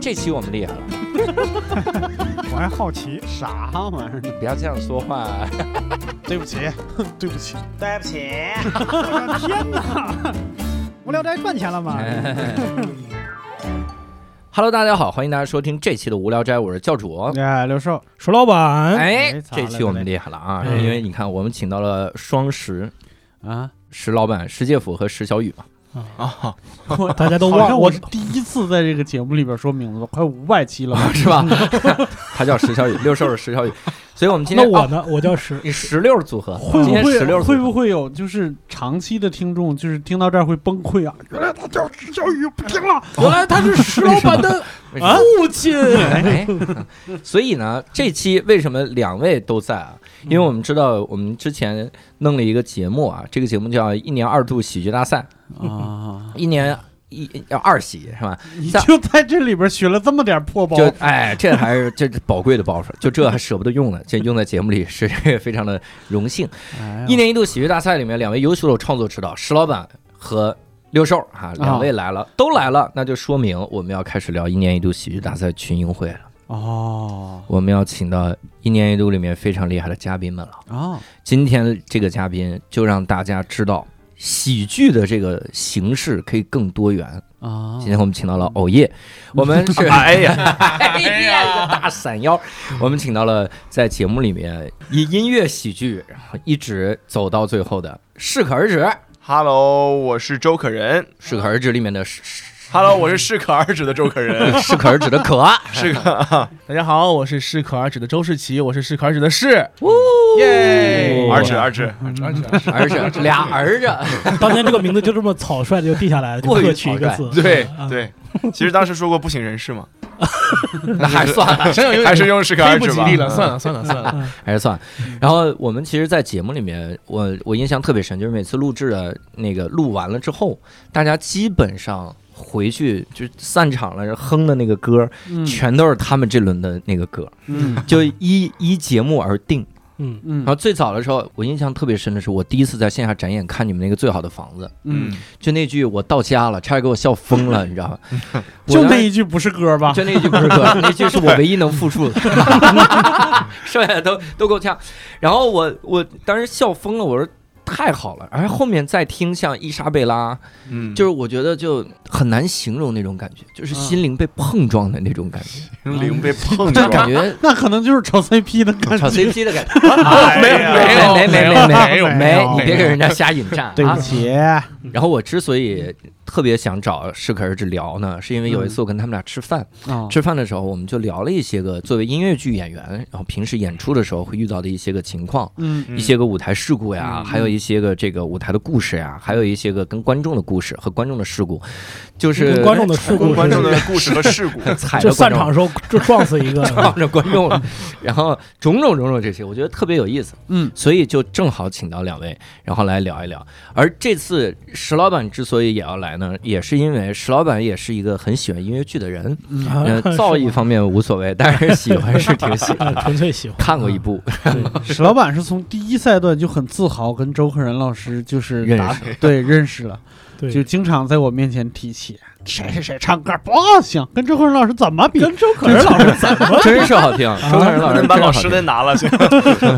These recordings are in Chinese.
这期我们厉害了，我还好奇，啥玩意儿？不要这样说 话。对不起，对不起，对不起，我的天哪！无聊斋赚钱了吗？哎 Hello，大家好，欢迎大家收听这期的《无聊斋》，我是教主。嗯哎，刘寿，鼠老板，哎哎，咋这了期我们厉害了啊！嗯因为你看，我们请到了双十啊，石老板、石介甫和石小雨嘛。 啊， 大家都好像我我是第一次在这个节目里边说名字，快五百期了吧？是吧？他叫石小 雨，六兽是石小雨，所以我们 今嗯那天我哦呢？我 叫石，你十六组合，会今不天十六组合会会不会有就是长期的听众，就是听到这儿会崩溃啊？原来他叫石小雨，不听了。原来他是石老板的 为啊什么父 亲。哎，嗯所以呢，这期为什么两位都在啊？因为我们知道，我们之前弄了一个节目啊，这个节目叫“一年二度喜剧大赛啊”，，一年一要二喜是吧？ 你就在这里边学了这么点破包就，哎，这还是这是宝贵的报酬，就这还舍不得用呢，这用在节目里是非常的荣幸。哎呀一年一度喜剧大赛里面，两位优秀的创作指导石老板和六兽啊，两位来了，都来了，那就说明我们要开始聊一年一度喜剧大赛群英会了。哦我们要请到一年一度里面非常厉害的嘉宾们了。啊，今天这个嘉宾就让大家知道，喜剧的这个形式可以更多元。啊今天我们请到了熬 夜，我们 是哦哎呀，哎呀，一个大闪腰，我们请到了在节目里面以音乐喜剧然后一直走到最后的适可而止， Hello，我是周可人。适可而止里面的适 Hello，我是适可而止的周可 人。适可而止的可，啊是个大家好，我是适可而止的周世奇，我是嗯适可而止的适。耶，哦而止而止，儿子俩儿 子， 当年这个名字就这么草率的就定下来了，就过于各取一个字。对啊，对。其实当时说过不省人事嘛，那还算了。想啊想有点还是用适可而忒不止吉吧。利了，算了算了算 了。还是算。然后我们其实，在节目里面，我我印象特别深，就是每次录制的那个录完了之后，大家基本上回去就散场了，哼的那个歌，嗯全都是他们这轮的那个歌，嗯就依依节目而定。嗯，嗯然后最早的时候，我印象特别深的是，我第一次在线下展演看你们那个《最好的房子》，嗯，就那句我到家了，差点给我笑疯了，你知道 吗？我嗯就当那时一句不是歌吧？就那一句不是歌，那句是我唯一能复 述的， 剩下的都都够呛。然后我我当时笑疯了，我说太好了。然后后面再听像伊莎贝拉，嗯，就是我觉得就很难形容那种感觉，嗯就是心灵被碰撞的那种感觉，零被碰就感撞。觉那可能就是炒 CP 的感炒觉。 CP 的感觉。哎 呀没有没没没没有没，你别给人家瞎引战哎对啊不！起，然后我之所以特别想找适可而止聊呢，是因为有一次嗯我跟他们俩吃饭，啊吃饭的时候我们就聊了一些个作为音乐剧演员，然后平时演出的时候会遇到的一些个情况，嗯嗯一些个舞台事故呀，嗯还有一些个这个舞台的故事呀，还有一些个跟观众的故事和观众的事故，就是嗯跟观众的事故是，观观众的故事和事故， 踩就着散观场众。时候就撞死一个。 撞着观众了，然后种种种种这些，我觉得特别有意思，嗯，所以就正好请到两位，然后来聊一聊。而这次石老板之所以也要来呢，也是因为石老板也是一个很喜欢音乐剧的 人，啊嗯，呃，造诣方面无所谓，但是喜欢是挺喜欢啊，的。纯粹喜欢。看过一部， 史老板是从第一赛段就很自豪，跟周克仁老师就是认打识对认识了，对，就经常在我面前提起谁谁谁唱歌不行，跟周克仁老师怎么比？跟周可人老师 在，真是好听。周凯仁老师能把真老是好师听的拿 了去。啊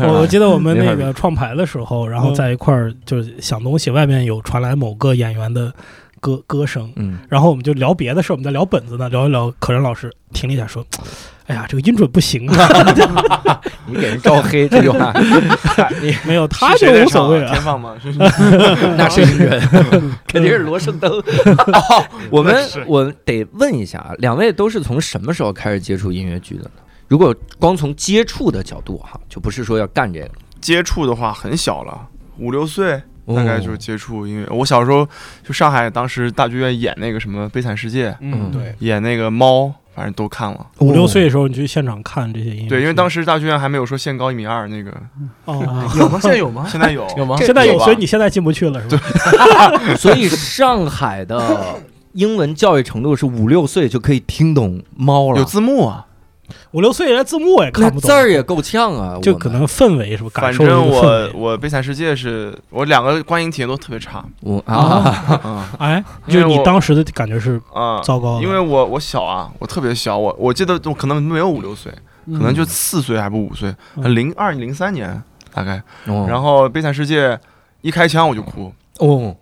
我我记得我们那没法个创牌的时候，然后在一块儿就是想东西，外面有传来某个演员的歌歌声，嗯，然后我们就聊别的事，我们在聊本子呢，聊一聊。可人老师停了一下说：“哎呀，这个音准不行啊。你给人招黑这句话， 你” 没有，他是就谁在无所谓唱啊了。天放吗？是是 那是 人，肯定是罗盛灯。 哦我们是我们得问一下，啊，两位都是从什么时候开始接触音乐剧的呢？如果光从接触的角度哈，就不是说要干这个，接触的话很小了，五六岁。大概就是哦接触音乐。我小时候就上海当时大剧院演那个什么《悲惨世界》，嗯对，演那个猫，反正都看了。五六岁的时候，你去现场看这些音乐剧，对，因为当时时大剧院还没有说限高一米二那个， 哦， 有吗？现在有吗？现在有有吗这现在有，吧所以你现在进不去了，是吧？所以上海的英文教育程度是五六岁就可以听懂猫有了。字幕啊？五六岁连字幕我也那看不懂，字儿也够呛啊，就我们可能氛围是吧？感反受这个氛正我围。 我《悲惨世界》是我两个观影体验都特别差我啊，啊哎，因就为是你我当时的感觉是啊，糟糕的，因为我我小啊，我特别小，我我记得我可能没有五六岁，可能就四岁还不五岁，嗯零二零三年大概。然然后《悲惨世界》一开枪我就哭，哦，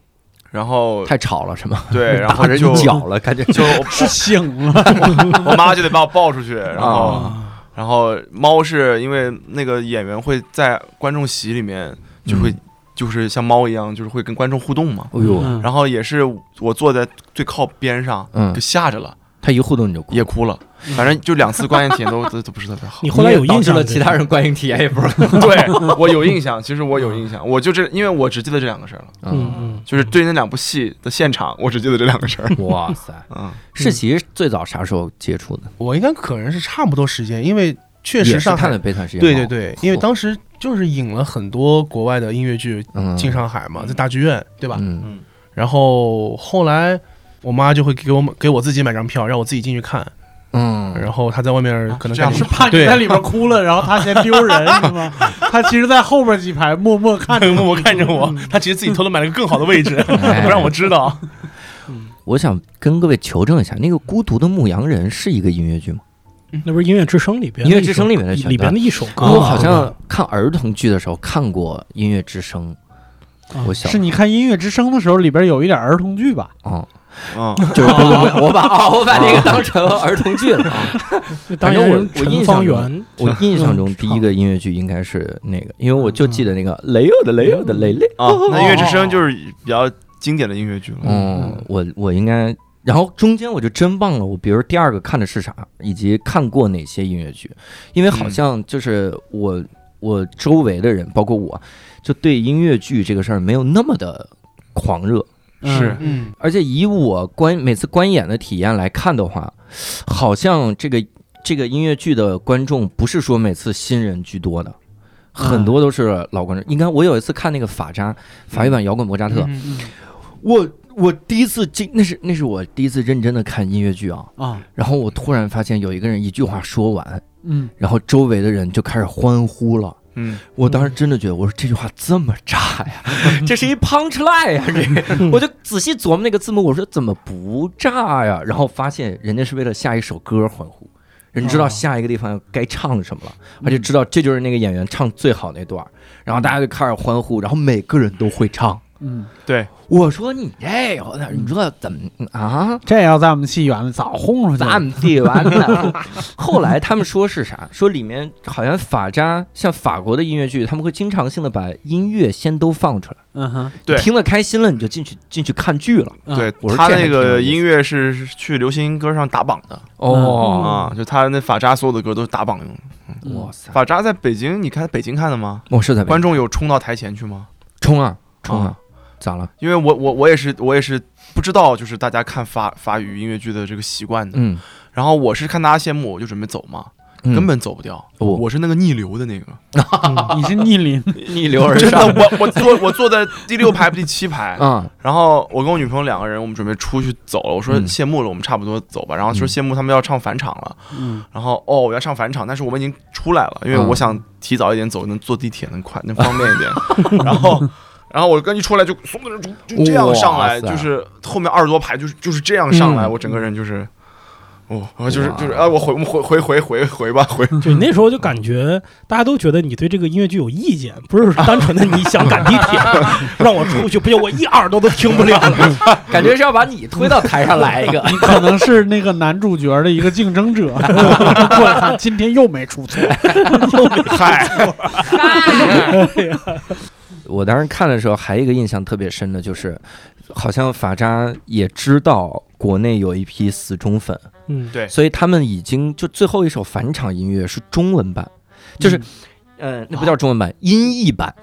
然后太吵了是吗？对，然打后人 就脚了，感觉就我是醒了，我妈就得把我抱出去，然后啊，然后猫是因为那个演员会在观众席里面就会就是像猫一样，就是会跟观众互动嘛。哎呦，嗯然后也是我坐在最靠边上，嗯就吓着了，他一互动你就哭也。哭了。反正就两次观影体验都都都不是特别好你。后来有你也导印致象了这其个他人观影体验也不是很 对我有印象，其实我有印嗯象，我就这，因为我只记得这两个事儿了， 嗯嗯，就是对那两部戏的现场，我只记得这两个事儿。 哇塞，嗯，世奇最早啥时候接触的？我应该可能是差不多时间，因为确也实是上看海了《悲惨世界》对吗对，对，因为当时就是引了很多国外的音乐剧嗯，进上海嘛，在大剧院，对吧？嗯然后后来我妈就会给我买给我自己买张票，让我自己进去看，嗯，然后她在外面可能这样啊在是怕 你对在里边哭了，然后他先丢人是吗？ 他其实，在后边几排默默看着，默默看着我，她其实自己偷偷买了个更好的位置，哎不让我知道。我想跟各位求证一下，那个《孤独的牧羊人》是一个音乐剧吗？嗯那不是音乐之声里边的一首，音乐之声里面的选段里边的一首歌，我好像看儿童剧的时候看过《音乐之声》，哦我小是你看《音乐之声》的时候，里边有一点儿童剧吧？哦，嗯，就是我我把哦我把那个当成儿童剧了。哦对反当正我年我印陈象方中圆，我印象中第一个音乐剧应该是那个，因为我就记得那个雷欧的雷欧的雷雷。哦啊， 那音乐之声就是比较经典的音乐剧了。嗯，我我应该，然后中间我就真忘了，我比如第二个看的是啥，以及看过哪些音乐剧，因为好像就是我、我周围的人，包括我，就对音乐剧这个事儿没有那么的狂热，是嗯，而且以我观每次观演的体验来看的话，好像这个这个音乐剧的观众不是说每次新人居多的。很多都是老观众，你看我有一次看那个法扎法语版摇滚莫扎特，嗯我我第一次进，那是那是我第一次认真的看音乐剧啊，啊，然后我突然发现有一个人一句话说完，嗯，然后周围的人就开始欢呼了。嗯，我当时真的觉得，我说这句话这么炸呀， 嗯这是一 punch line 呀！这，我就仔细琢磨那个字幕，我说怎么不炸呀？然后发现人家是为了下一首歌欢呼，人知道下一个地方该唱什么了，而且知道这就是那个演员唱最好那段儿，然后大家就开始欢呼，然后每个人都会唱。嗯，对，我说你这有点儿，你这怎么啊？这要在我们戏园子早轰出去咱了。们地完 了。后来他们说是啥？说里面好像法扎像法国的音乐剧，他们会经常性的把音乐先都放出来，嗯哼，对听得开心了你就进去进去看剧了。对我说他这还那挺有个意思音乐是去流行歌上打榜的哦，啊，就他那法扎所有的歌都是打榜用的。哇塞！法扎在北京，你看北京看的吗？我哦是在观众有冲到台前去吗？冲啊冲啊！咋了？因为我我我也是我也是不知道，就是大家看法法语音乐剧的这个习惯的。嗯，然后我是看大家羡慕，我就准备走嘛，根本走不掉。哦我是那个逆流的那个，你是逆鳞， 逆流而 真的，我我坐我坐在第六排不第七排，啊！然后我跟我女朋友两个人，我们准备出去走了。我说嗯谢幕了，我们差不多走吧。然后说嗯谢幕他们要唱返场了，嗯，然后哦我要唱返场，但是我们已经出来了，因为嗯我想提早一点走，能坐地铁能快能方便一点。然后然后我跟一出来就嗖的就就这样上来，哇塞就是后面二十多排就是就是这样上来，嗯我整个人就是。哦，我就是哇就是啊，我回我们回回回回回吧，回 就那时候就感觉大家都觉得你对这个音乐剧有意见，不是单纯的你想赶地铁让我出去，不行，我一耳朵都听不了了。感觉是要把你推到台上来一 个。你可能是那个男主角的一个竞 争者。过来看，今天又没出错， 嗨，我当时看的时候，还有一个印象特别深的就是，好像法扎也知道国内有一批死忠粉，嗯，对所以他们已经就最后一首返场音乐是中文版，就是，呃，那不叫中文版，音译版，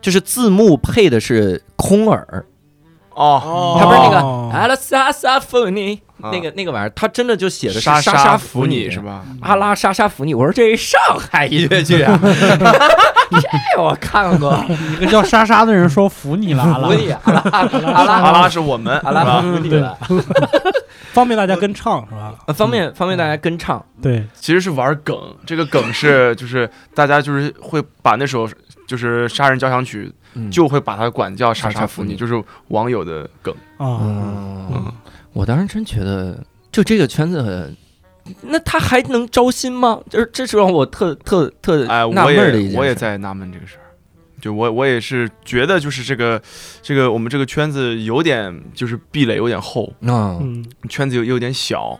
就是字幕配的是空耳， 哦，他不是那个哦阿拉斯阿萨福尼啊那个那个玩意儿，他真的就写的是莎莎莎扶你是？吧？阿拉莎莎扶你，我说这是上海音乐剧 啊， 这我看过，一个叫莎莎的人 说服你了，阿 拉扶你阿拉阿拉阿拉是我们，阿拉是吧扶你了。方便大家跟唱是吧？呃方便方便大家跟唱，对，其实是玩梗，这个梗是就是大家就是会把那首就是杀人交响曲嗯就会把它管叫杀莎杀莎夫夫女女，就是网友的梗。啊，哦嗯，我当时真觉得，就这个圈子，那他还能招新吗？就是这是让我特特特哎，呃纳我闷儿的一件也事。我也在纳闷这个事儿。就我我也是觉得就是这个这个我们这个圈子有点就是壁垒有点厚，嗯嗯圈子有有点小，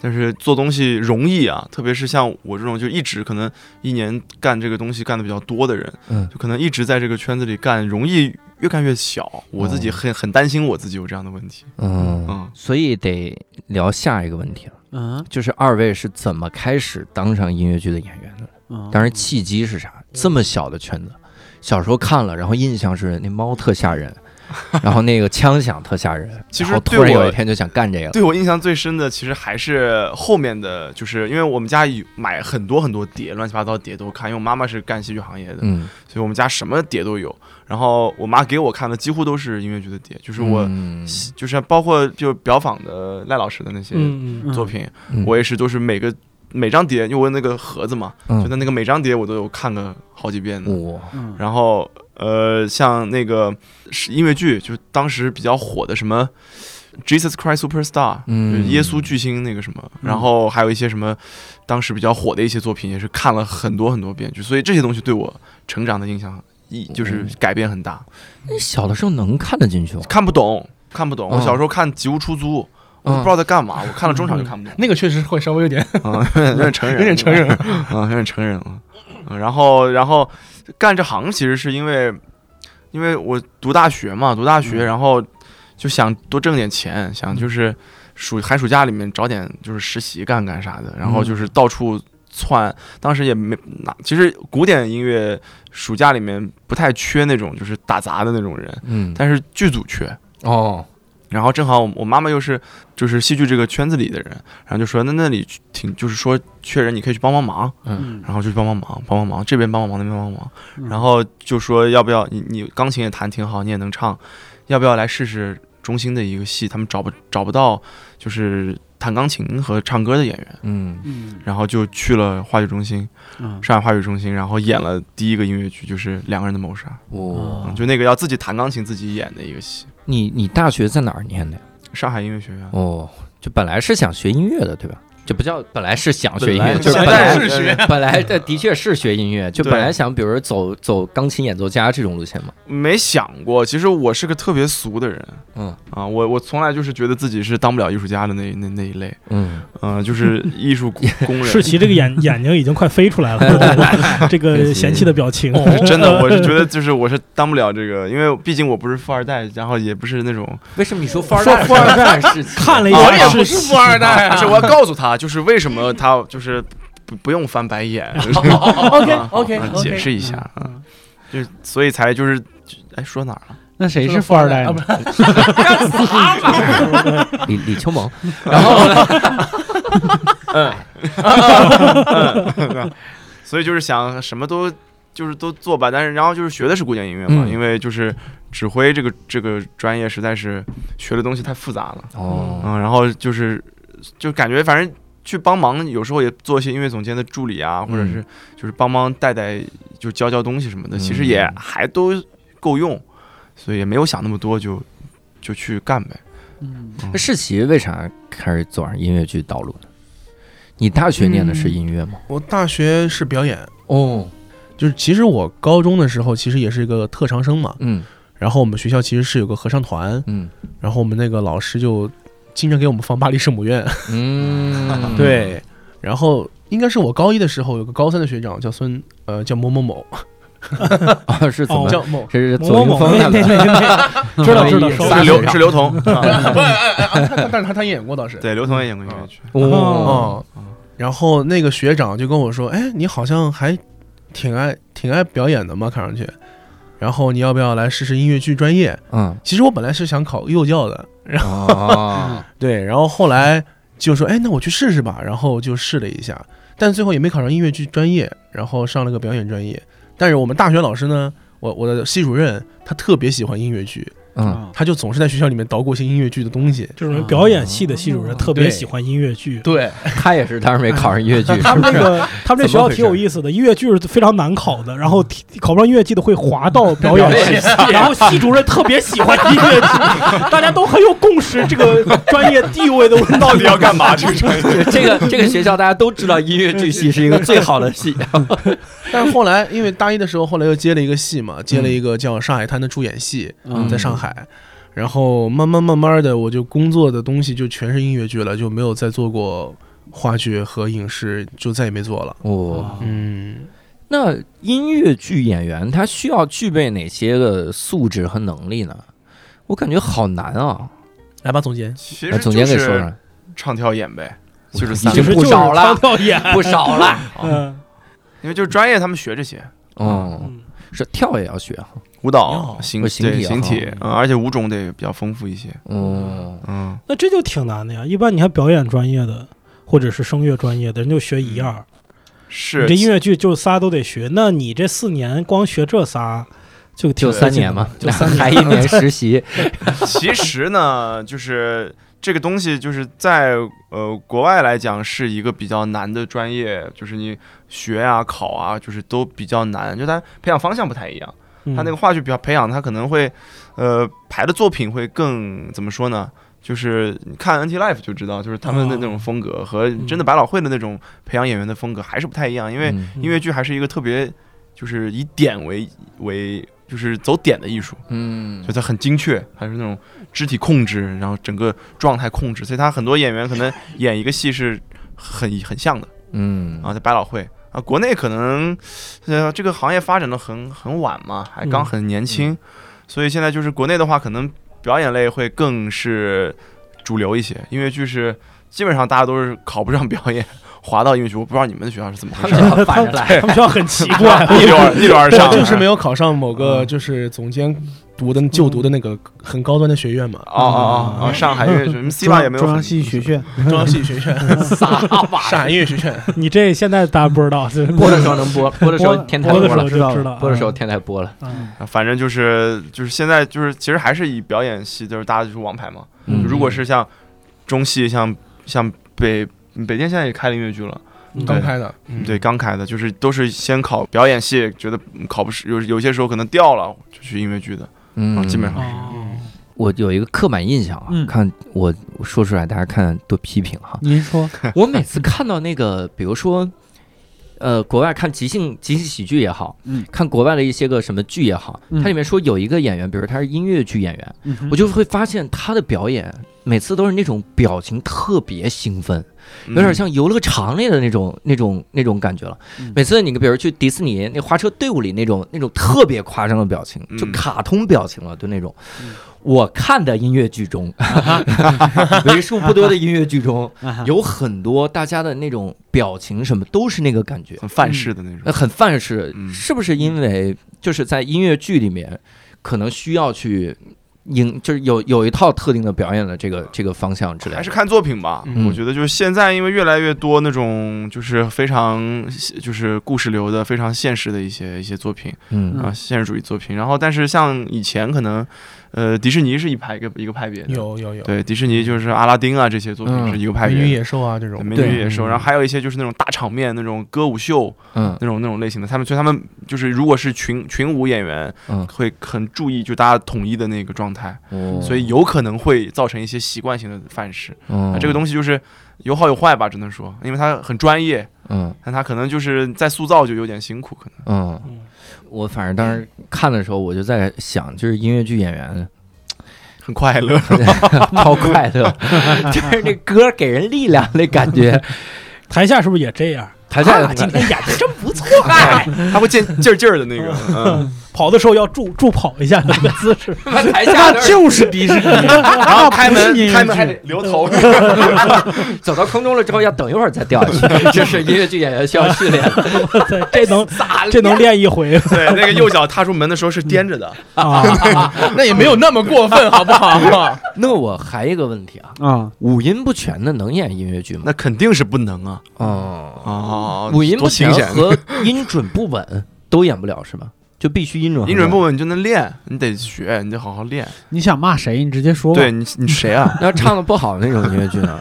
但是做东西容易啊，特别是像我这种就一直可能一年干这个东西干的比较多的人，嗯就可能一直在这个圈子里干，容易越干越小。我自己哦很很担心我自己有这样的问题。嗯嗯，所以得聊下一个问题了，嗯就是二位是怎么开始当上音乐剧的演员的？嗯，当然契机是啥？这么小的圈子，小时候看了，然后印象是那猫特吓人，然后那个枪响特吓人， 其实然后对突然我有一天就想干这个了。对我印象最深的，其实还是后面的，就是因为我们家有买很多很多碟，乱七八糟碟都看，因为我妈妈是干戏剧行业的，嗯，所以我们家什么碟都有。然后我妈给我看的几乎都是音乐剧的碟，就是我，嗯就是包括就表坊的赖老师的那些嗯嗯作品，嗯我也是都是每个每张碟，因为我有那个盒子嘛，嗯就在那个每张碟我都有看个好几遍的。我嗯然后呃，像那个是音乐剧，就是当时比较火的什么《Jesus Christ Superstar》，嗯就是耶稣巨星那个什么，然后还有一些什么当时比较火的一些作品，也是看了很多很多遍，就所以这些东西对我成长的影响一就是嗯改变很大，那小的时候能看得进去吗？看不懂。看不懂，我嗯小时候看《吉屋出租》，我都不知道在干嘛，我看了中场就看不懂。那个确实会稍微有点 啊，有点成人，有点成人啊，有点成人了。嗯然后，然后干这行其实是因为，因为我读大学嘛，读大嗯学，然后就想多挣点钱，想就是暑寒暑假里面找点就是实习干干啥的，嗯然后就是到处窜。当时也没拿，其实古典音乐暑假里面不太缺那种就是打杂的那种人，嗯，但是剧组缺。哦，然后正好我我妈妈又是就是戏剧这个圈子里的人，然后就说那那里挺就是说缺人，你可以去帮帮忙，嗯然后就去帮帮忙，帮帮忙这边帮帮忙那边帮帮忙，然后就说要不要你你钢琴也弹挺好，你也能唱，要不要来试试中心的一个戏？他们找不找不到就是弹钢琴和唱歌的演员，嗯嗯然后就去了话剧中心，嗯上海话剧中心，然后演了第一个音乐剧就是《两个人的谋杀》，我嗯就那个要自己弹钢琴自己演的一个戏，你你大学在哪儿念的呀？上海音乐学院。哦，就本来是想学音乐的，对吧？这不叫本来是想学音乐，就是现本在来是学本来的的确是学音乐，就对本来想，比如说走走钢琴演奏家这种路线嘛。没想过，其实我是个特别俗的人，嗯啊，我我从来就是觉得自己是当不了艺术家的那那那一类，嗯，嗯、就是 艺术工人。 世奇这个眼眼睛已经快飞出来了， 这个嫌弃的表情，是真的，我 是觉得就是我是当不了这个，因为毕竟我不是富二代，然后也不是那种，为什么你说富二代富二代是看了一我也眼不是是富二代、 啊，是我要告诉他，就是为什么他就是不不用翻白 眼，OK 嗯 OK，解释一下啊，就所以才就是，哎，说哪儿了？那谁是富二代 啊呢不？李李秋萌，然后嗯所以就是想什么都就是都做吧，但是然后就是学的是古典音乐嘛，嗯因为就是指挥这个这个专业实在是学的东西太复杂了，哦，嗯，然后就是就感觉反正去帮忙，有时候也做一些音乐总监的助理啊，或者是就是帮忙带带就教教东西什么的，其实也嗯嗯还都够用，所以也没有想那么多就。就去干呗，嗯那世奇为啥开始走上音乐剧道路呢？你大学念的是音乐吗？我大学是表演，嗯哦，就是其实我高中的时候其实也是一个特长生嘛，嗯然后我们学校其实是有个合唱团，嗯然后我们那个老师就经常给我们放巴黎圣母院， 嗯，，对，然后应该是我高一的时候有个高三的学长叫孙，呃，叫某某某，啊，是怎么哦叫 某，这是某走某音某，风那的那了，那那，知道知道，嗯收大是学刘上是刘同，啊但但是他他也演过倒是，对刘同也演过音乐剧，哦，哦，然后那个学长就跟我说：“哎，你好像还挺爱挺爱表演的嘛，看上去。然后你要不要来试试音乐剧专业？嗯，其实我本来是想考幼教的， 哦，对。然后后来就说：哎，那我去试试吧。然后就试了一下，但最后也没考上音乐剧专业，然后上了个表演专业。但是我们大学老师呢，我我的系主任他特别喜欢音乐剧，嗯，他就总是在学校里面捣鼓一些音乐剧的东西。这种人表演系的系主任特别喜欢音乐剧。对，他也是当时没考上音 乐剧，他们是那不是啊个，他们这学校挺有意思的，音乐剧是非常难考嗯的，然后提考不上音乐剧的会滑到表演系， 然后系主任特别喜欢音乐剧，大家都很有共识，这个专业地位的问题到底要干嘛？ 这个专业这个这个学校大家都知道音乐剧系是一个最好的系，啊但是后来因为大一的时候，后来又接了一个戏嘛，接了一个叫《上海滩》的助演戏，嗯在上海。然后慢慢慢慢的，我就工作的东西就全是音乐剧了，就没有再做过话剧和影视，就再也没做了。哦，嗯，那音乐剧演员他需要具备哪些的素质和能力呢？我感觉好难啊！来吧，总监，其来，实总监给说就是说，唱跳演呗，就是已三经个，不少了，跳 演， 不少了。嗯，因为就是专业他们学这些哦嗯，是跳也要学啊。舞蹈、形哦形体对形体哈，嗯，而且舞种得比较丰富一些，嗯，嗯，那这就挺难的呀。一般你看表演专业的或者是声乐专业的人就学一样，是你这音乐剧就仨都得学，那你这四年光学这仨就挺就三年嘛，就三 还年。一年实 习。其实呢，就是这个东西，就是在呃国外来讲是一个比较难的专业，就是你学啊、考啊，就是都比较难，就它培养方向不太一样。嗯它那个话剧比较培养，它可能会呃排的作品会更怎么说呢？就是你看 NT Life 就知道，就是他们的哦嗯那种风格和真的百老汇的那种培养演员的风格还是不太一样，因为嗯音乐剧还是一个特别就是以点为为就是走点的艺术。嗯就它很精确，还是那种肢体控制，然后整个状态控制，所以他很多演员可能演一个戏是很很像的嗯啊，在百老汇啊，国内可能呃这个行业发展的很很晚嘛，还嗯刚很年轻，所以现在就是国内的话，可能表演类会更是主流一些，音乐剧是基本上大家都是考不上表演， 滑到音乐剧，我不知道你们的学校是怎么他回们就事 儿。要反着来。他们学校很奇 怪，一溜儿一溜儿我上，啊就是没有考上某个就是总监读的就读的那个很高端的学院嘛，哦哦哦哦，上海 音乐剧什么 C 吧也没嗯有中央很戏剧学院，中央戏剧学院， 上海音乐学院。 你这现在大家不知道，这播的时候能播，播的时候播天台播的播时了嗯候，就知道，播的时候天台播了。嗯，啊，反正就是就是现在就是其实还是以表演系就是大家就是王牌嘛。嗯如果是像中戏，像像北北电现在也开了音乐剧了，嗯刚开的，对，刚开的，就是都是先考表演系，觉得考不是有有些时候可能掉了就去音乐剧的，啊嗯，基本上哦，我有一个刻板印象啊，嗯看我我说出来，大家看多批评哈。您说 我每次看到那个，比如说，呃，国外看即兴即兴喜剧也好，嗯看国外的一些个什么剧也好，嗯它里面说有一个演员，比如他是音乐剧演员，嗯哼我就会发现他的表演每次都是那种表情特别兴奋，有有点像游乐场里的那种、那种、那种感觉了。嗯每次你比如去迪士尼那花车队伍里那种那种特别夸张的表情，嗯就卡通表情了，就那种。嗯我看的音乐剧中， 为数不多的音乐剧 中，啊有很多大家的那种表情什么都是那个感觉，很范式的那呃种。很范式。嗯是不是因为就是在音乐剧里面，可能需要去迎，就是有有一套特定的表演的这个这个方向之类还是的？看作品吧，呃嗯我觉得就是现在，因为越来越多那种就是非常就是故事流的、非常现实的一些一些作品，嗯啊，现实主义作品。然后，但是像以前可能，呃，迪士尼是一派一个一个派别的，有有有，对，迪士尼就是阿拉丁啊这些作品嗯是一个派美女别野兽啊这的，种，美对女野兽，嗯然后还有一些就是那种大场面那种歌舞秀嗯那种那种类型的，他们所以他们就是如果是群群舞演员嗯，会很注意就大家统一的那个状态，哦所以有可能会造成一些习惯性的范式。嗯啊，这个东西就是有好有坏吧，只能说，因为它很专业，嗯但它可能就是在塑造就有点辛苦，可能。嗯，我反正当时看的时候，我就在想，就是音乐剧演员 很快乐，超快乐， 就是那歌给人力量那感 觉。台下是不是也这样？台下啊今天演的真不 错， 他会劲劲儿劲儿的那 个，嗯，跑的时候要助助跑一下，那个姿势。台下都是就是迪士尼，然后开啊不是音乐门剧开门还得留头，走到空中了之后要等一会儿再掉下 去，这是音乐剧演员需要训练的。哇塞 这能这能练一回对，那个右脚踏出门的时候是颠着的，啊！ 那也没有那么过分，好不 好？那我还一个问题啊，啊，五音不全的能演音乐剧吗？那肯定是不能啊！哦，啊，五音多不新全鲜！和音准不稳都演不了是吗？就必须音准很啊音准好不稳你就能练，你得学，你得好好练。你想骂谁，你直接说吧。对你，你谁啊？那唱的不好的那种音乐剧呢，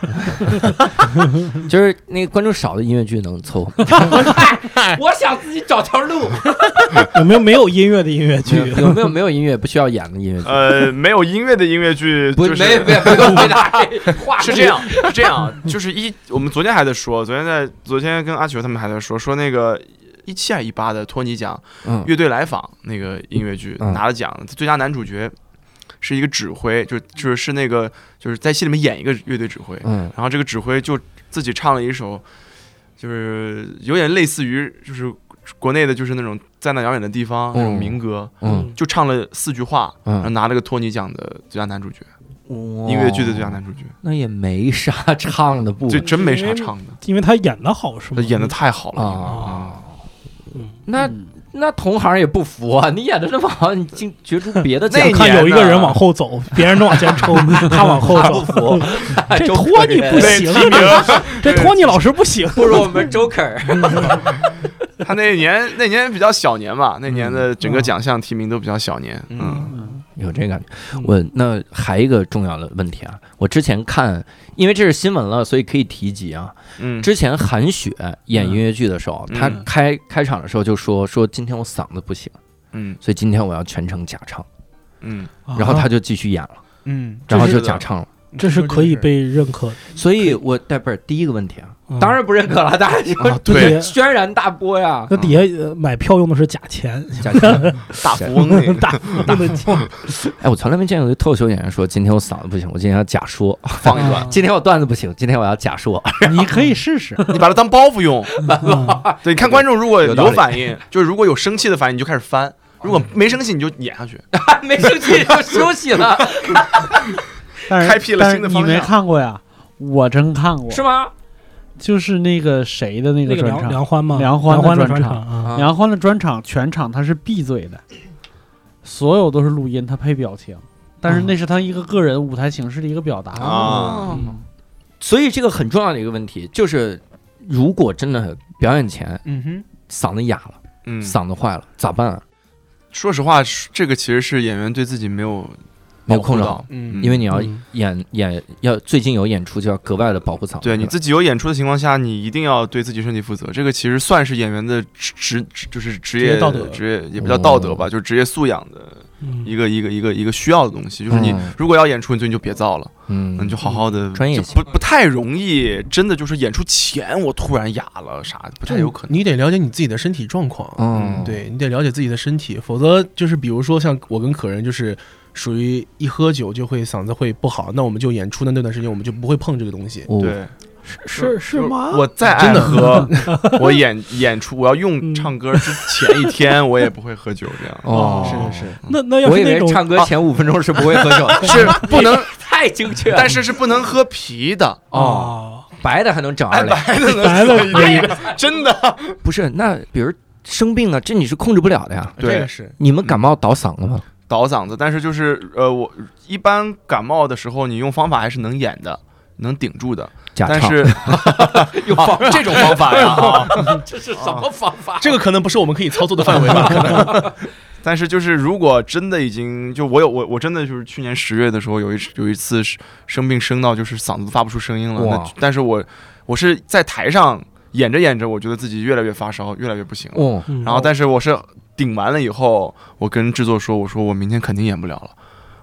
就是那个观众少的音乐剧能凑合。 我想自己找条路。有没有没有音乐的音乐剧？有 嗯没有没有音乐不需要演的音 乐剧？呃，没有音乐的音乐剧，不，就是没有没有没有回 答这话是这样，是这样，就是一，我们昨天还在说，昨天在昨天跟阿球他们还在说，说那个一七啊还一八的托尼奖嗯乐队来访那个音乐剧嗯拿了奖，最佳男主角是一个指挥，就就是是那个就是在戏里面演一个乐队指挥，嗯然后这个指挥就自己唱了一首，就是有点类似于就是国内的就是那种在那遥远的地方那种民歌，嗯就唱了四句话，然后嗯，拿了个托尼奖的最佳男主角，音乐剧的最佳男主角。那也没啥唱的部这分。真没啥唱的，因为他演的好是他吗？演的太好了啊嗯那嗯那同行也不服啊！你演的那么好，你竟角逐别 的那奖一，看有一个年人呢往后走，别人都往前 冲，他往后他走。不。服 这周托尼克不行，啊这托尼老师不行。不如我们 Joker。他那一年那年比较小年嗯吧，那年的整个奖项提名都比较小年。嗯， 有这感觉。我那还一个重要的问题啊，我之前看，因为这是新闻了，所以可以提及啊。嗯，之前韩雪演音乐剧的时候，嗯她开开场的时候就说说今天我嗓子不行，嗯所以今天我要全程假唱，嗯，然后她就继续演了，嗯，然后这就是假唱了。这是可以被认可的，所以我但不是第一个问题啊，嗯当然不认可了，大家就啊就对，得轩然大波呀，那底下呃买票用的是假钱，假唱。大富翁那个大大的钱，哎，我从来没见过一个脱口秀演员说今天我嗓子不行，我今天要假说；放一 段，今天我段子不行，今天我要假说。啊你可以试试。你把它当包袱用。嗯对，你看观众如果有道理嗯有反应，就是如果有生气的反应，你就开始翻；如果没生气，你就演下去。没生 气就休息了，但是开辟了但新的是方你没向看过呀？我真看过，是吗？就是那个谁的那那个个专 梁场，梁欢吗？梁梁欢的的专场啊，啊梁欢的专场全场他是闭嘴的，所有都是录音，他配表情，但啊是那是他一个个人舞台形式的一个表达。啊嗯所以这个很重要的一个问题就是，如果真的表演前嗯哼，嗓子哑了、嗯，嗓子坏了，咋办啊？说实话，这个其实是演员对自己没有没有保护控制到好，嗯因为你要嗯演演要最近有演出，就要格外的保护嗓子。对你吧自己有演出的情况下，你一定要对自己身体负责。这个其实算是演员的职职职就是职职业业道德职业也不叫道德吧，就是职业素养的嗯一个一个一个一个需要的东西。就是你嗯如果要演出，你最近就别造了，嗯，你就好好的专业就性不不太容易。真的就是演出前我突然哑了啥，不太有可能。你得了解你自己的身体状况。嗯，对你得了解自己的身体，否则就是比如说像我跟可人就是属于一喝酒就会嗓子会不好，那我们就演出的那段时间我们就不会碰这个东西。哦，对，是是吗？我再爱喝，我演演出，我要用嗯唱歌之前一天，我也不会喝酒这样。哦，是是是，那那要我是以那为种唱歌前五分钟 是不会喝酒的，是不能，太精确了。但是是不能喝啤的，哦，白的还能哎长二 两，白的也真的。不是？那比如生病了，这你是控制不了的呀。对这个是你们感冒倒嗓子吗？倒嗓子，但是就是呃，我一般感冒的时候，你用方法还是能演的，能顶住的。假但唱 是 用方这种方法呀，啊这是什么方法？这个可能不是我们可以操作的范围吧？ 可能但是就是如果真的已经就我有我我真的就是去年十月的时候有一有一次是生病生到就是嗓子都发不出声音了，哇那但是我我是在台上演着演着，我觉得自己越来越发烧，越来越不行了。哦，嗯然后但是我是顶完了以后，我跟制作说，我说我明天肯定演不了了，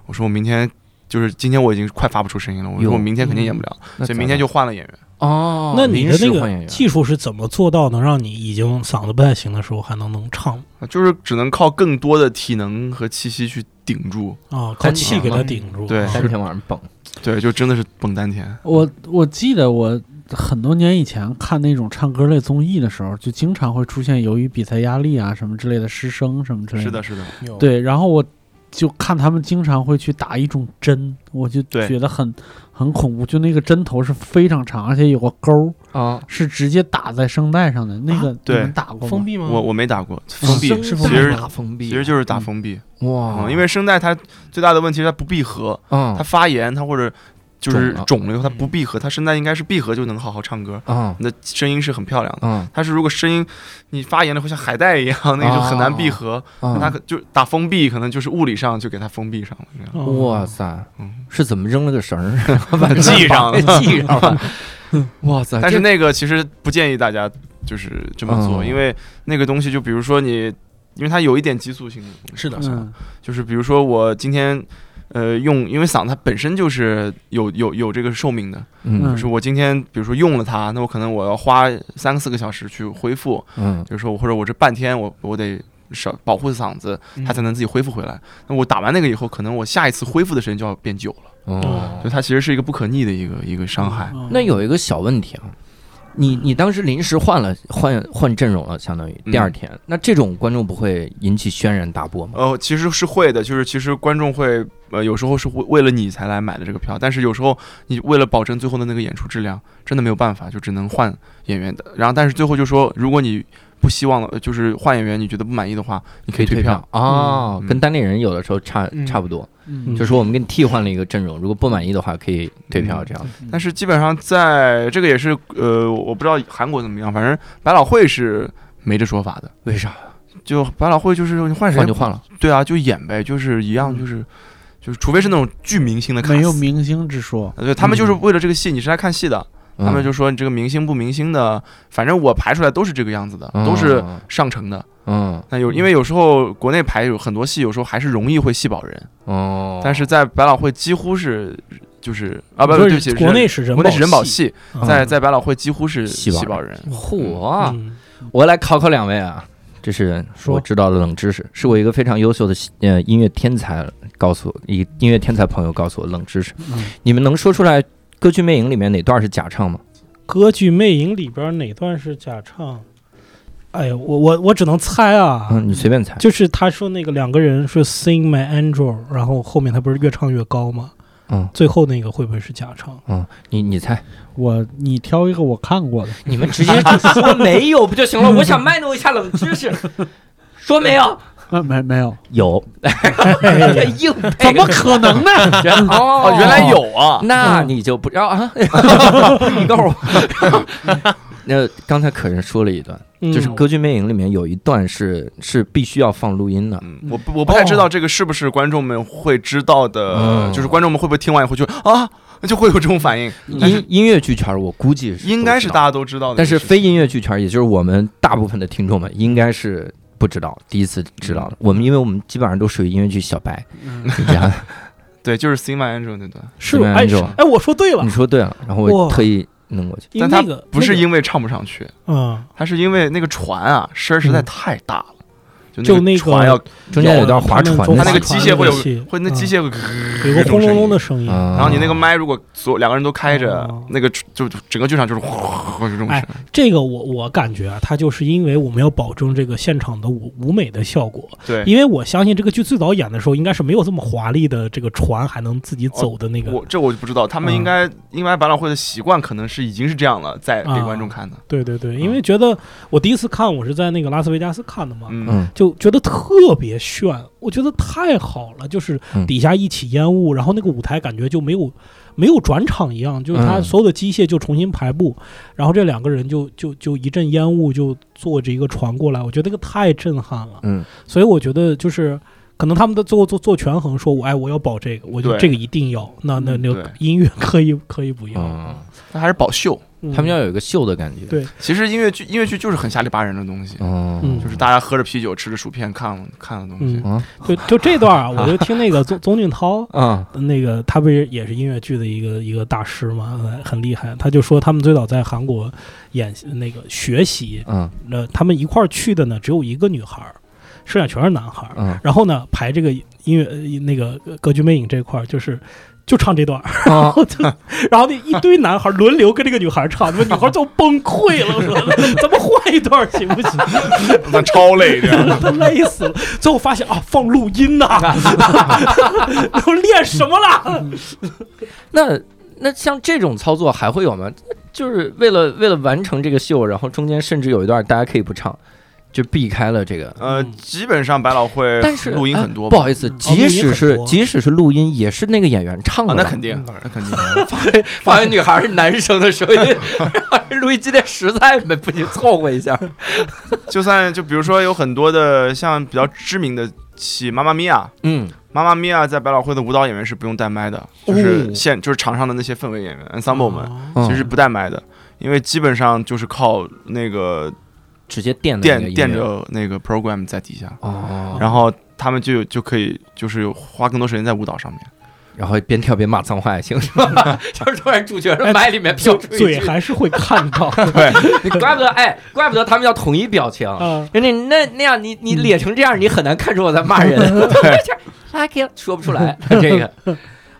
我说我明天就是今天我已经快发不出声音了，我哟嗯说我明天肯定演不了，那所以明天咋就换了演员。办哦，那你的临那时换演个员技术是怎么做到能让你已经嗓子不太行的时候还能能唱啊就是只能靠更多的体能和气息去顶住，啊？靠丹气田给嘛它顶住。对三天晚上蹦，对，就真的是蹦丹田。我我记得我很多年以前看那种唱歌类综艺的时候，就经常会出现由于比赛压力啊什么之类的失声什么之类是的，是的，有，对，然后我就看他们经常会去打一种针，我就对觉得很很恐怖，就那个针头是非常长，而且有个钩儿啊，是直接打在声带上的，那个你啊对们打过封吗？闭吗？我我没打过啊封闭，是其实封闭，其实就是打封闭。啊哇，嗯，因为声带它最大的问题是它不闭合，嗯它发炎，它或者就是肿了肿了以后，它不闭合，它声带应该是闭合就能好好唱歌，嗯你的声音是很漂亮的。嗯它是如果声音你发炎了会像海带一样，那个就很难闭合，那它哦嗯，可就打封闭，可能就是物理上就给它封闭上了，你知道吗嗯哇塞嗯，是怎么扔了个绳儿，啊把它系上了绑系上 了？哇塞！但是呃这那个其实不建议大家就是这么做，嗯因为那个东西就比如说你，因为它有一点激素性的东西，是的，嗯就是比如说我今天。呃，用因为嗓子它本身就是有有有这个寿命的，嗯就是我今天比如说用了它，那我可能我要花三四个小时去恢复，嗯比如说我或者我这半天我我得少保护嗓子，它才能自己恢复回来。那我打完那个以后，可能我下一次恢复的时间就要变久了，嗯哦所以它其实是一个不可逆的一个一个伤害。那有一个小问题啊，你你当时临时换了换换阵容了，相当于嗯第二天，那这种观众不会引起轩然大波吗？呃，其实是会的，就是其实观众会呃有时候是为为了你才来买的这个票，但是有时候你为了保证最后的那个演出质量，真的没有办法，就只能换演员的。然后但是最后就说，如果你不希望呃就是换演员，你觉得不满意的话，你可以退票。哦，嗯跟单立人有的时候差嗯差不多，嗯就是我们给你替换了一个阵容，如果不满意的话可以退票，嗯这样子。但是基本上在这个也是呃，我不知道韩国怎么样，反正百老汇是没这说法的。为啥就百老汇就是你换嗯谁换就换了？对啊，就演呗，就是一样，就是就是，除非是那种巨明星的卡司，没有明星之说，对他们就是为了这个戏，你是来看戏的。他们就说你这个明星不明星的，反正我排出来都是这个样子的，嗯都是上乘的。嗯那有因为有时候国内排有很多戏，有时候还是容易会戏保人，哦，但是在百老汇几乎是就是啊不我不说对不起，国是内是人国内是人保保，戏，嗯在在百老汇几乎是戏保人戏保人。嚯，啊嗯我来考考两位啊，这是我知道的冷知识，是我一个非常优秀的呃音乐天才告诉我一音乐天才朋友告诉我的冷知识。你们能说出来《歌剧魅影》里面哪段是假唱吗？歌剧《魅影》里边哪段是假唱？哎呀，我我我只能猜啊，嗯，你随便猜。就是他说那个两个人说 Sing My Angel，然后后面他不是越唱越高吗？嗯最后那个会不会是假唱？嗯，你你猜，我你挑一个我看过的，你们直接就说没有不就行了？我想卖弄一下冷知识，说没有， 啊没没有， 有，硬怎么可能呢？哦哦，原来有啊！那你就不知道啊？你告诉我。 那刚才可人说了一段，嗯就是《歌剧魅影》里面有一段是是必须要放录音的。嗯，我不我不太知哦道这个是不是观众们会知道的，嗯就是观众们会不会听完以后就啊，就会有这种反应，但是音音乐剧圈，我估计是嗯应该是都知道大家都知道的。但是非音乐剧圈，也就是我们大部分的听众们，应该是不知道，第一次知道的。嗯我们因为我们基本上都属于音乐剧小白，是这 样对，就是 Sing My Angel 那段。是什么哎 Angel 是哎，我说对了你，说对了，然后我哇特意弄过去。因为但那他个不是那个因为唱不上去，嗯，他是因为那个船啊声儿实在太大就了，那那个个船要中间有段划船他的它们那戏个划船机械会有那个戏会那机械会，嗯有个轰隆隆的声音。啊嗯然后你那个麦如果所有两个人都开着哦，那个就就整个剧场就是哗这种声哎。这个我我感觉啊，它就是因为我们要保证这个现场的舞舞美的效果，对，因为我相信这个剧最早演的时候应该是没有这么华丽的这个船还能自己走的那个。哦我这我就不知道，他嗯们应该应该百老汇的习惯可能是已经是这样了，在给啊观众看的。对对嗯对，因为觉得我第一次看我是在那个拉斯维加斯看的嘛，嗯，嗯，就觉得特别炫，我觉得太好了，就是嗯底下一起烟雾，然后那个舞台感觉就没有没有转场一样，就是它嗯所有的机械就重新排布，然后这两个人就就就一阵烟雾就坐着一个船过来，我觉得那个太震撼了，嗯，所以我觉得就是。可能他们的做做做权衡，说我哎，我要保这个，我就对这个一定要。那那那对个音乐可以可以不要，嗯他还是保秀。嗯他们要有一个秀的感觉。对其实音乐剧音乐剧就是很下里巴人的东西，嗯，就是大家喝着啤酒吃着薯片看看的东西嗯。啊就就这段啊，我就听那个宗宗俊涛，啊，呃那个他不是也是音乐剧的一个一个大师嘛，呃很厉害。他就说他们最早在韩国演那个学习，嗯那他们一块儿去的呢，只有一个女孩儿，剩下全是男孩儿。嗯然后呢，排这个音乐、呃那个歌剧魅影这块儿就是。就唱这段儿，啊，然后就，然后那一堆男孩儿轮流跟这个女孩儿唱，那女孩儿都崩溃了，我说咱们换一段儿行不行？ 那超累这样。 他累死了。最后发现啊，放录音呐、 都练什么了？那那像这种操作还会有吗？就是为了为了完成这个秀，然后中间甚至有一段大家可以不唱，就避开了这个。呃，嗯基本上百老汇但是录音哎很多不吧，好意思，哦录即音使很是多即使是录音，也是那个演员唱的啊，吧、嗯那肯定，那肯定， 发现女孩是男生的时 候，录音机得实在没不行凑合一下。就算就比如说有很多的像比较知名的戏，《妈妈咪呀》。嗯，妈妈咪呀，啊在百老汇的舞蹈演员是不用带麦的，哦就是现就是场上的那些氛围演员 ensemble 们，嗯嗯其实不带麦的，因为基本上就是靠那个直接垫的那个垫音垫乐着那个 program 在底下，哦，然后他们就就可以就是有花更多时间在舞蹈上面。然后边跳边骂脏话也行是吧？ 就是突然主角的麦里面飘哎就啊出一嘴句，还是会看到 你怪不得哎，怪不得他们要统一表情。啊，人家那那样你你咧成这样，你很难看出我在骂 人。拉 Q 说不出来 这个，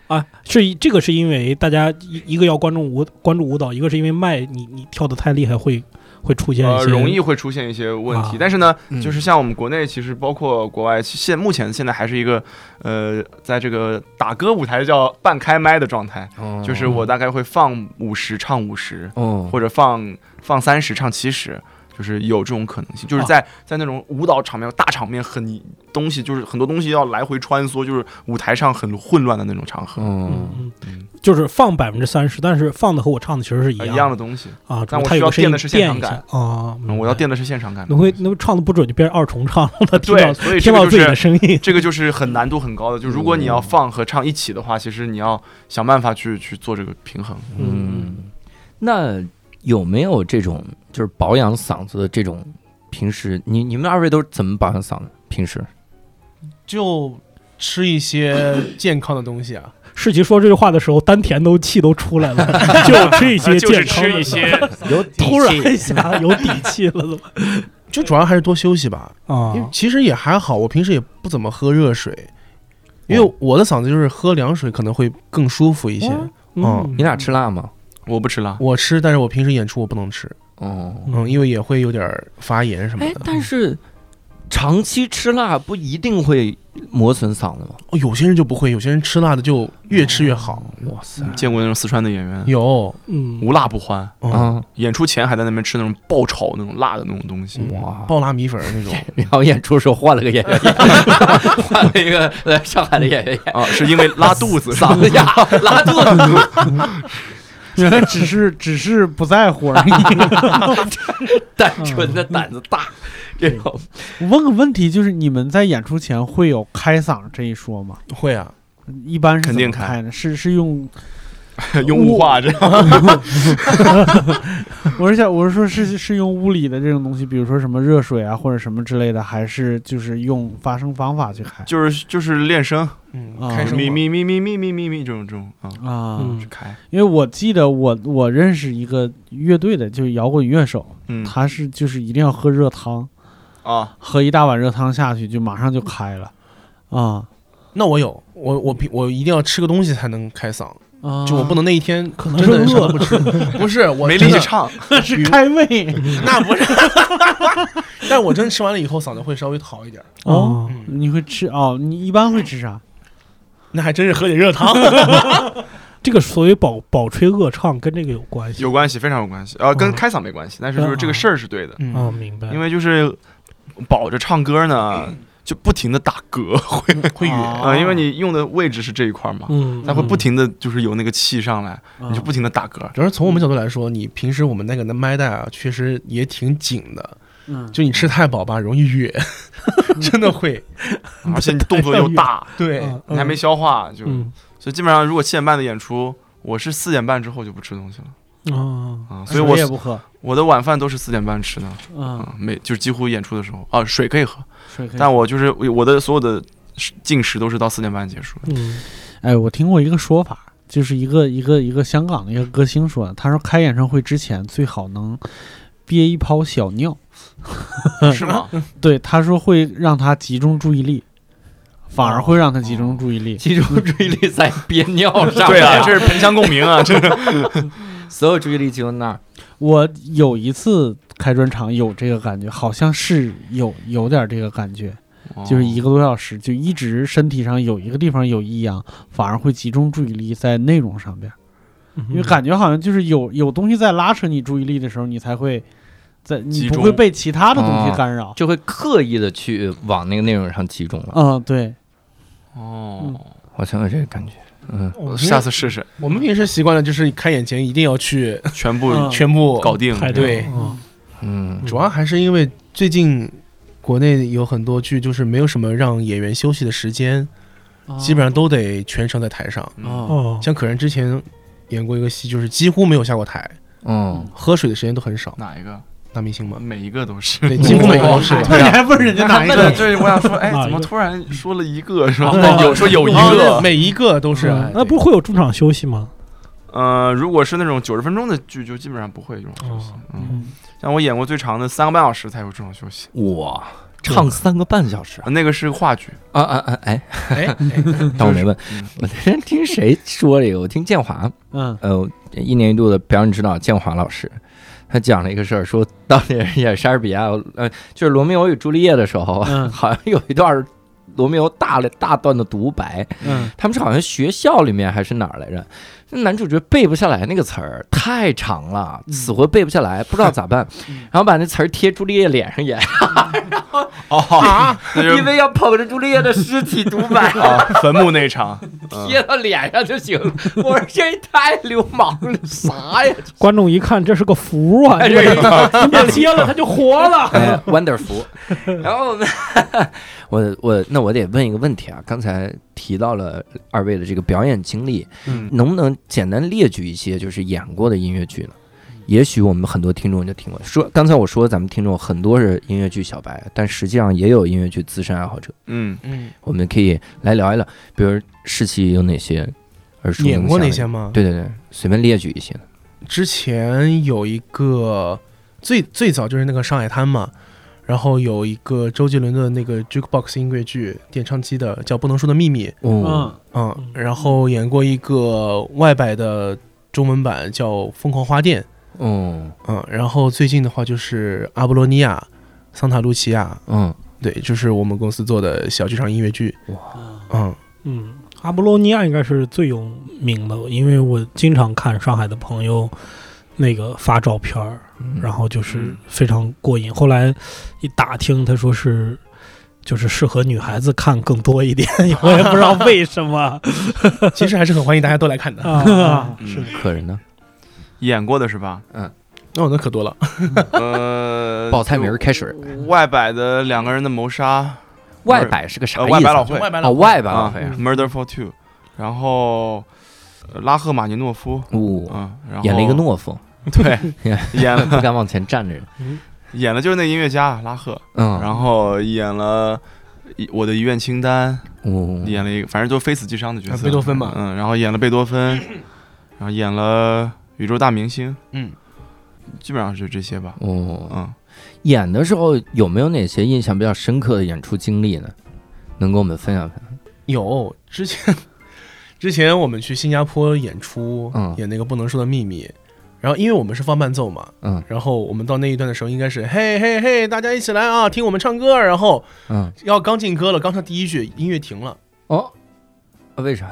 啊是一这个是因为大家一一个要关注舞关注舞蹈，一个是因为麦你你跳的太厉害会会出现一呃，些容易会出现一些问题啊，但是呢，嗯就是像我们国内，其实包括国外，其现目前现在还是一个呃，在这个打歌舞台叫半开麦的状态，就是我大概会放五十唱五十，哦，或者放放三十唱七十，就是有这种可能性。就是在、哦在那种舞蹈场面、大场面很东西，就是很多东西要来回穿梭，就是舞台上很混乱的那种场合，嗯嗯，嗯，就是放百分之三十，但是放的和我唱的其实是一呃样一样的东西。啊，只但不过它我需有要个声音垫的是现场一下感啊，嗯我要。垫的是现场感的那东会西。那会唱的不准就变成二重唱了，听到对，所以这听个到就自己的嗯是声音，这个就是很难度很高的。就如果你要放和唱一起的话，其实你要想办法去去做这个平衡。嗯，那有没有这种就是保养嗓子的这种？平时你你们二位都是怎么保养嗓子？平时就吃一些健康的东西啊。世奇说这句话的时候，丹田都气都出来了，就吃一 些就是健康的，吃一 些有突然一下有底气了，怎么就主要还是多休息吧，啊因为其实也还好，我平时也不怎么喝热水，因为我的嗓子就是喝凉水可能会更舒服一些。哦嗯你俩吃辣吗？我不吃辣，我吃，但是我平时演出我不能吃，哦，嗯，因为也会有点儿发炎什么哎，的。但是长期吃辣不一定会磨损嗓子吗？哦，有些人就不会，有些人吃辣的就越吃越好。哇塞！见过那种四川的演员，有，嗯，无辣不欢，嗯，啊，演出前还在那边吃那种爆炒那种辣的那种东西。哇爆辣米粉儿那种， 然后演出时候换了个演 员，换了一个来上海的演员演，啊，是因为拉肚子， 嗯嗓子哑，拉肚子。原来只是只是不在乎而已。 单纯的胆子大，嗯这种我问个问题，就是你们在演出前会有开嗓这一说吗？会啊，一般是肯怎定么开开的，是是用，用雾化这样。 我是想我是说是是用屋里的这种东西，比如说什么热水啊或者什么之类的，还是就是用发声方法去开？就是就是练声，嗯，啊开声咪嘛咪咪咪咪咪咪咪这种这种啊，啊，嗯去开，因为我记得我我认识一个乐队的，就是摇滚乐手，嗯他是就是一定要喝热汤，啊，喝一大碗热汤下去就马上就开了，啊那我有，我我平我一定要吃个东西才能开嗓，啊，就我不能那一天可能是真的什么饿都不吃，不是我没力真气的唱， 是开胃那不是，但我真吃完了以后嗓子会稍微好一点儿。哦嗯，你会吃哦？你一般会吃啥？那还真是喝点热汤，这个所谓饱饱吹恶唱跟这个有关系有关系，非常有关系，呃，跟哦开嗓没关系，但是就是嗯这个事儿是对的，嗯啊，明白？因为就是保着唱歌呢，就不停的打嗝会会啊哕。啊，因为你用的位置是这一块嘛，哦嗯，它会不停的就是有那个气上来，啊你就不停的打嗝，主要是从我们角度来说，你平时我们那个麦带啊，确实也挺紧的。嗯，就你吃太饱吧，容易哕，真的会。而且你动作又大，对，嗯你还没消化，就嗯所以基本上如果七点半的演出，我是四点半之后就不吃东西了啊，啊，所以水也我不喝，我的晚饭都是四点半吃的。嗯，嗯，每就是几乎演出的时候啊，水可以喝，水可以但我就是我的所有的食进食都是到四点半结束的。嗯哎，我听过一个说法，就是一个一个一个香港的一个歌星说的，他说开演唱会之前最好能憋一泡小尿，是吗？对，他说会让他集中注意力，反而会让他集中注意力。集中注意力在憋尿上。 对啊，这这是盆腔共鸣啊，这所有注意力集中那儿。我有一次开专场有这个感觉，好像是有有点这个感觉，就是一个个多小时就一直身体上有一个地方有异样，反而会集中注意力在内容嗯嗯上边。因为感觉好像就是有有东西在拉扯你注意力的时候，你才会在你集不中会被其他的东啊西干扰。就会刻意的去往那个内容上集中了。嗯，对，哦，好像有这个感觉，嗯，我们下次试试，我们平时习惯了就是看眼前一定要去全部嗯全部搞定。排队对，嗯嗯，主要还是因为最近国内有很多剧就是没有什么让演员休息的时间，啊嗯基本上都得全程在台上。嗯，哦，哦，像可人之前演过一个戏，就是几乎没有下过台，嗯，喝水的时间都很少。哪一个？大明星嘛，每一个都是。对，几乎每 个都是。那 你还问人家哪一对，个？就是我想说，哎，哪一个怎么突然说了一个是吧？有说有一哦个，每一个都是。那不是会有中场休息吗？呃，如果是那种九十分钟的剧，就基本上不会有这种休息哦。嗯，像我演过最长的三个半小时才有这种休息，哇，唱三个半小时啊啊那个是个话剧，啊啊啊！哎，哎，哎 但我没问嗯，我那天听谁说这个？我听建华， 嗯呃，一年一度的表演指导建华老师，他讲了一个事儿，说当年演莎士比亚，呃，就是《罗密欧与朱丽叶》的时候，啊嗯 好像有一段儿罗密欧大了大段的独白，嗯，他们是好像学校里面还是哪儿来着？那男主角背不下来那个词儿，太长了，嗯死活背不下来，不知道咋 办，然后把那词儿贴朱丽叶脸上演， 那就。因为要捧着朱丽叶的尸体独白 啊坟墓那一场，嗯贴到脸上就行了，我说这也太流氓了，啥呀？观众一看这是个福啊，哎这这个你把接了他就活 了。哎，wonderful。然后呢， 我我那我得问一个问题啊，刚才提到了二位的这个表演经历，嗯能不能简单列举一些就是演过的音乐剧呢？也许我们很多听众就听过，说刚才我说咱们听众很多是音乐剧小白，啊但实际上也有音乐剧资深爱好者，嗯，嗯，我们可以来聊一聊，比如世奇有哪些耳熟演能过详那的些？吗？对对对，随便列举一些呢。之前有一个最最早就是那个《上海滩》嘛，然后有一个周杰伦的那个 jukebox 音乐剧点唱机的叫《不能说的秘密》，哦，嗯嗯，然后演过一个外摆的中文版叫《疯狂花店》，哦，嗯，然后最近的话就是阿波罗尼亚、桑塔露琪亚，嗯，对，就是我们公司做的小剧场音乐剧，嗯，嗯，阿波罗尼亚应该是最有名的，因为我经常看上海的朋友那个发照片儿，嗯然后就是非常过瘾。后来一打听，他说是就是适合女孩子看更多一点，我也不知道为什么其实还是很欢迎大家都来看的。 啊。嗯是可人呢？演过的是吧？哦，那可多了，呃， 报菜名儿开始。外摆的两个人的谋杀，外摆是个啥呃意思？外摆老会摆哦，外摆老啊会啊， ，Murder for Two，然后呃拉赫玛尼诺夫，哦，嗯，然后演了一个懦夫， 对， 演不了敢往前站着。演了就是那个音乐家拉赫， 嗯，然后演了一我的遗愿清单，哦，演了一个反正就非死即伤的角啊色，贝多芬嘛嗯，然后演了贝多芬，然后演了宇宙大明星，嗯，基本上是这些吧，哦，嗯，演的时候有没有哪些印象比较深刻的演出经历呢？能跟我们分享分享？有之前，之前我们去新加坡演出，嗯演那个不能说的秘密。然后，因为我们是放伴奏嘛，嗯，然后我们到那一段的时候，应该是嘿嘿嘿，大家一起来啊，听我们唱歌。然后嗯，要刚进歌了，刚唱第一句，音乐停了，哦，啊为啥？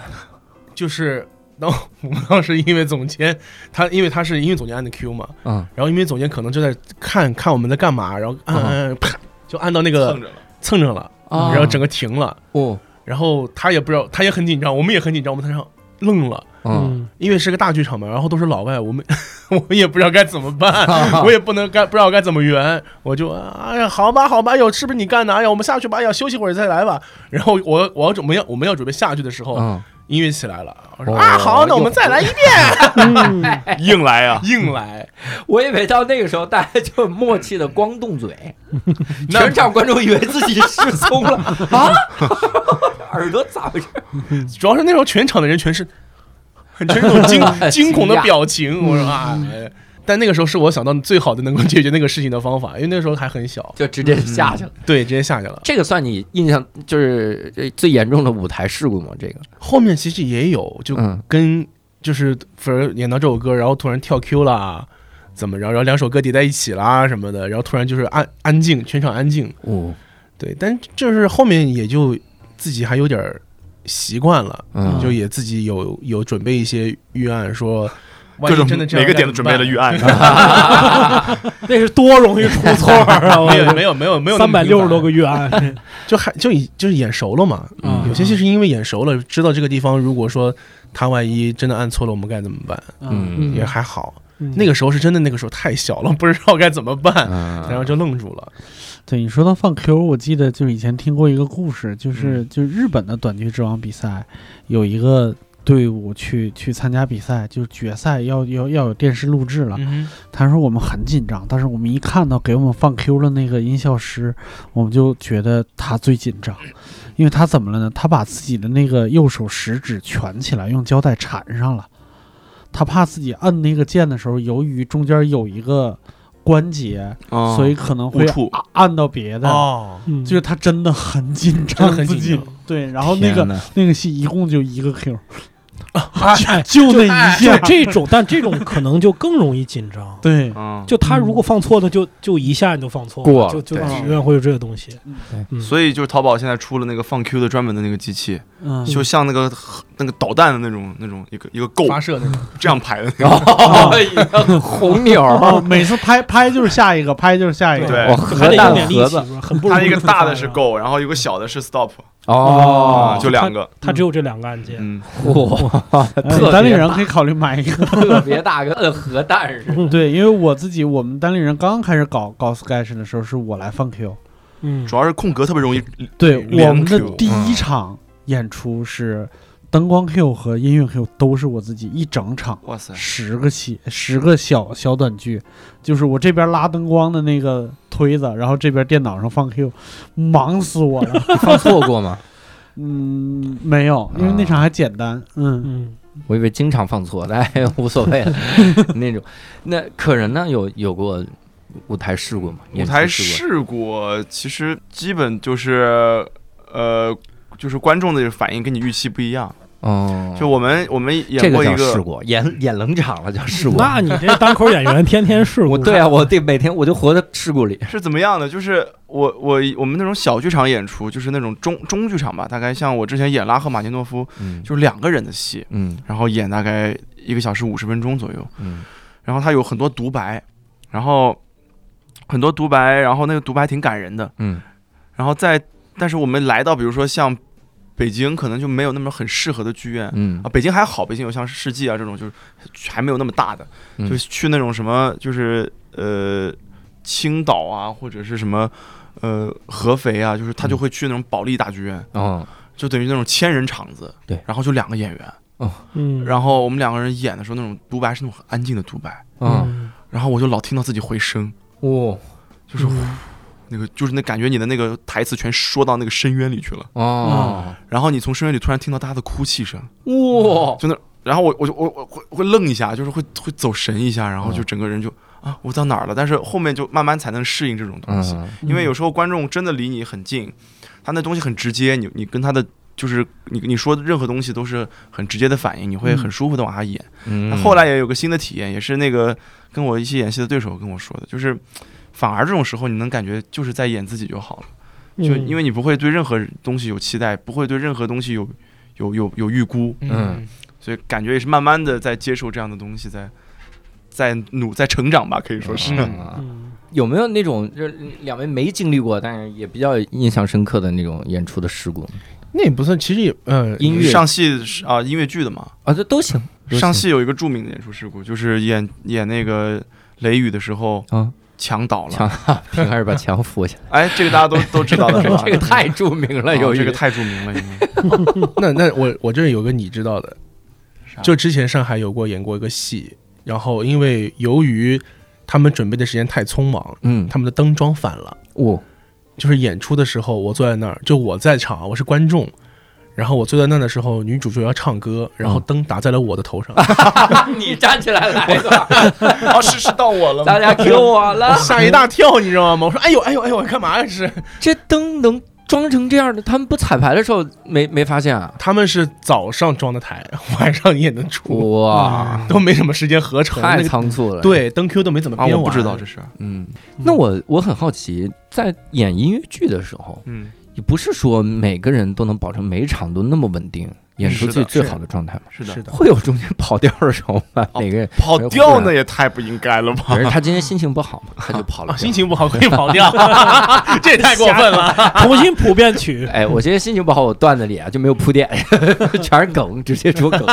就是当我们当时因为总监他，因为他是音乐总监按的 Q 嘛，嗯，然后因为总监可能就在看看我们在干嘛，然后按按按啪就按到那个着了，蹭着了，啊然后整个停了，哦，然后他也不知道，他也很紧张，我们也很紧张，我们台上愣了。嗯，嗯，因为是个大剧场嘛，然后都是老外，我们 我们也不知道该怎么办， 我也不能该不知道该怎么圆，我就哎呀，好吧，好吧，哟，是不是你干的？哎呀，我们下去吧，哎呀，休息会儿再来吧。然后我我要准我们要我们要准备下去的时候，嗯，音乐起来了，我说、哦啊，好，那我们再来一遍，硬来啊呀、硬来， 我以为到那个时候大家就默契的光动嘴，那全场观众以为自己失聪了啊， 耳朵咋回事？主要是那时候全场的人全是 全是那种惊惊恐惊的讶表情，我说啊。哎但那个时候是我想到最好的能够解决那个事情的方法，因为那个时候还很小，就直接下去了。对，直接下去了。这个算你印象就是呃最严重的舞台事故吗？这个，后面其实也有，就嗯跟就是反正演到这首歌，然后突然跳 Q 啦，怎么着，然后两首歌叠在一起啦什么的，然后突然就是安安静，全场安静。哦，对，但就是后面也就自己还有点儿习惯了，哎嗯，就也自己有有准备一些预案，说万各一种真的这样每个点都准啊备了预案， 那是多容易出错啊！该怎么办。没有没有没有没有三百六十多个预啊案，就还就已就是眼熟了嘛。嗯有些戏是因为眼熟了，知道这个地方，如果说他万一真的按错了，我们该怎么办？嗯，也还好。嗯那个时候是真的，那个时候太小了，不知道该怎么办，嗯然后就愣住了。对你说到放 Q，我记得就以前听过一个故事，就是就是日本的短剧之王比赛，有一个队伍去去参加比赛，就是决赛要要要有电视录制了。嗯他说我们很紧张，但是我们一看到给我们放 Q 的那个音效师，我们就觉得他最紧张，因为他怎么了呢？他把自己的那个右手食指蜷起来，用胶带缠上了。他怕自己按那个键的时候，由于中间有一个关节，哦所以可能误会触按按到别的。哦，嗯嗯就是他真的很紧真张，的很自紧己张。对，然后那个天哪那个戏一共就一个 Q，哎 就那一就下，这种，但这种可能就更容易紧张。对，嗯，就他如果放错的，就就一下你就放错过了就就对永远会有这个东西。嗯所以就是淘宝现在出了那个放 Q 的专门的那个机器，嗯，就像那个那个导弹的那种那种一个一个够发射那种，这样排的那个，哦，红鸟儿， 哦，每次拍拍就是下一个，拍就是下一个，对哇，还核得弹用点力盒气，子很不容它易。一个大的是，够，然后有个小的是 stop，哦啊，就两个，他只有这两个按键。嗯，哦 哇，哎特单立别啊人可以考虑买 一个。特别大，跟摁核弹似的。对，因为我自己，我们单立人刚刚开始搞搞 sketch 的时候，是我来放 Q。嗯主要是空格特别容易，对，连我们的 Q，第嗯一场演出是灯光 Q 和音乐 Q 都是我自己一整场。哇塞，十个戏，十个小小短剧，就是我这边拉灯光的那个推子，然后这边电脑上放 Q，忙死我了。 放错过吗？嗯，没有，因为那场还简单。嗯，嗯，我以为经常放错，但哎无所 谓了那种。那可人呢？有有过舞台事故吗？舞演出台事试过，其实基本就是呃。就是观众的反应跟你预期不一样，故哦，就我们我们演这过一叫个事故，演演冷场了叫事故。那你这单口演员天天是我对啊，我得每天我就活在事故里。是怎么样的？就是我我我们那种小剧场演出，就是那种中中剧场吧，大概像我之前演拉赫玛尼诺夫，嗯就是两个人的戏，嗯然后演大概一个小时五十分钟左右，嗯然后他有很多独白，然后很多独白，然后那个独白挺感人的，嗯然后在但是我们来到比如说像北京，可能就没有那么很适合的剧院。嗯啊，北京还好，北京有像世纪啊这种，就是还没有那么大的，嗯就是去那种什么，就是呃青岛啊，或者是什么呃合肥啊，就是嗯他就会去那种保利大剧院，哦就等于那种千人场子，对然后就两个演员，嗯，然后我们两个人演的时候，那种独白是那种很安静的独白，哦嗯然后我就老听到自己回声，哦嗯就是、嗯那个就是那感觉你的那个台词全说到那个深渊里去了，哦然后你从深渊里突然听到大家的哭泣声，嗯哇！就那，然后我我就我我会会愣一下，就是会会走神一下，然嗯后就整个人就啊我到哪儿了？但是后面就慢慢才能适应这种东西，嗯因为有时候观众真的离你很近，他那东西很直接，你你跟他的。就是你你说的任何东西都是很直接的反应，你会很舒服的往下演。那嗯，后来也有个新的体验，也是那个跟我一起演戏的对手跟我说的，就是反而这种时候你能感觉就是在演自己就好了，就嗯嗯因为你不会对任何东西有期待，不会对任何东西有有有有预估，嗯所以感觉也是慢慢的在接受这样的东西，在在努在成长吧，可以说是。嗯嗯有没有那种就是两位没经历过，但是也比较印象深刻的那种演出的事故那也不算，其实也呃，音乐上戏是啊、音乐剧的嘛，啊？这都行，都上行戏有一个著名的演出事故，就是演演那个雷雨的时候啊，墙倒墙了，平还是把墙扶下，哎，这个大家都都知道的是吧 ？这个太哦著名了，啊有一这个太著名了，因为那那我我这儿有个你知道的啥，就之前上海有过演过一个戏，然后因为由于他们准备的时间太匆忙，嗯，他们的灯装反了。哦，就是演出的时候，我坐在那儿，就我在场，我是观众。然后我坐在那儿的时候，女主角要唱歌，然嗯后灯打在了我的头上， 你站起来来一段， 哦，是是到我了。大家 Q 我了 吓一大跳，你知道吗？我说，哎呦，哎呦，哎呦，干嘛呀？是这灯能装成这样的，他们不彩排的时候没没发现啊？他们是早上装的台，晚上演的出，哇，都没什么时间合成，太那个仓促了。，对灯 Q 都没怎么 啊，编完，我不知道这是，嗯，那我我很好奇，在演音乐剧的时候，嗯，也不是说每个人都能保证每一场都那么稳定，演出是最的最好的哦状态嘛。是的，是的，会有中间跑调的时候吗？哪个人跑调那也太不应该了吧？可是他今天心情不好嘛， 哦他就跑了啊，调。，心情 不好可以跑调， 这也太过分了。啊重新谱遍曲 哎，我今天心情不好，我段子里啊就没有铺垫， 全是梗，直接 说梗。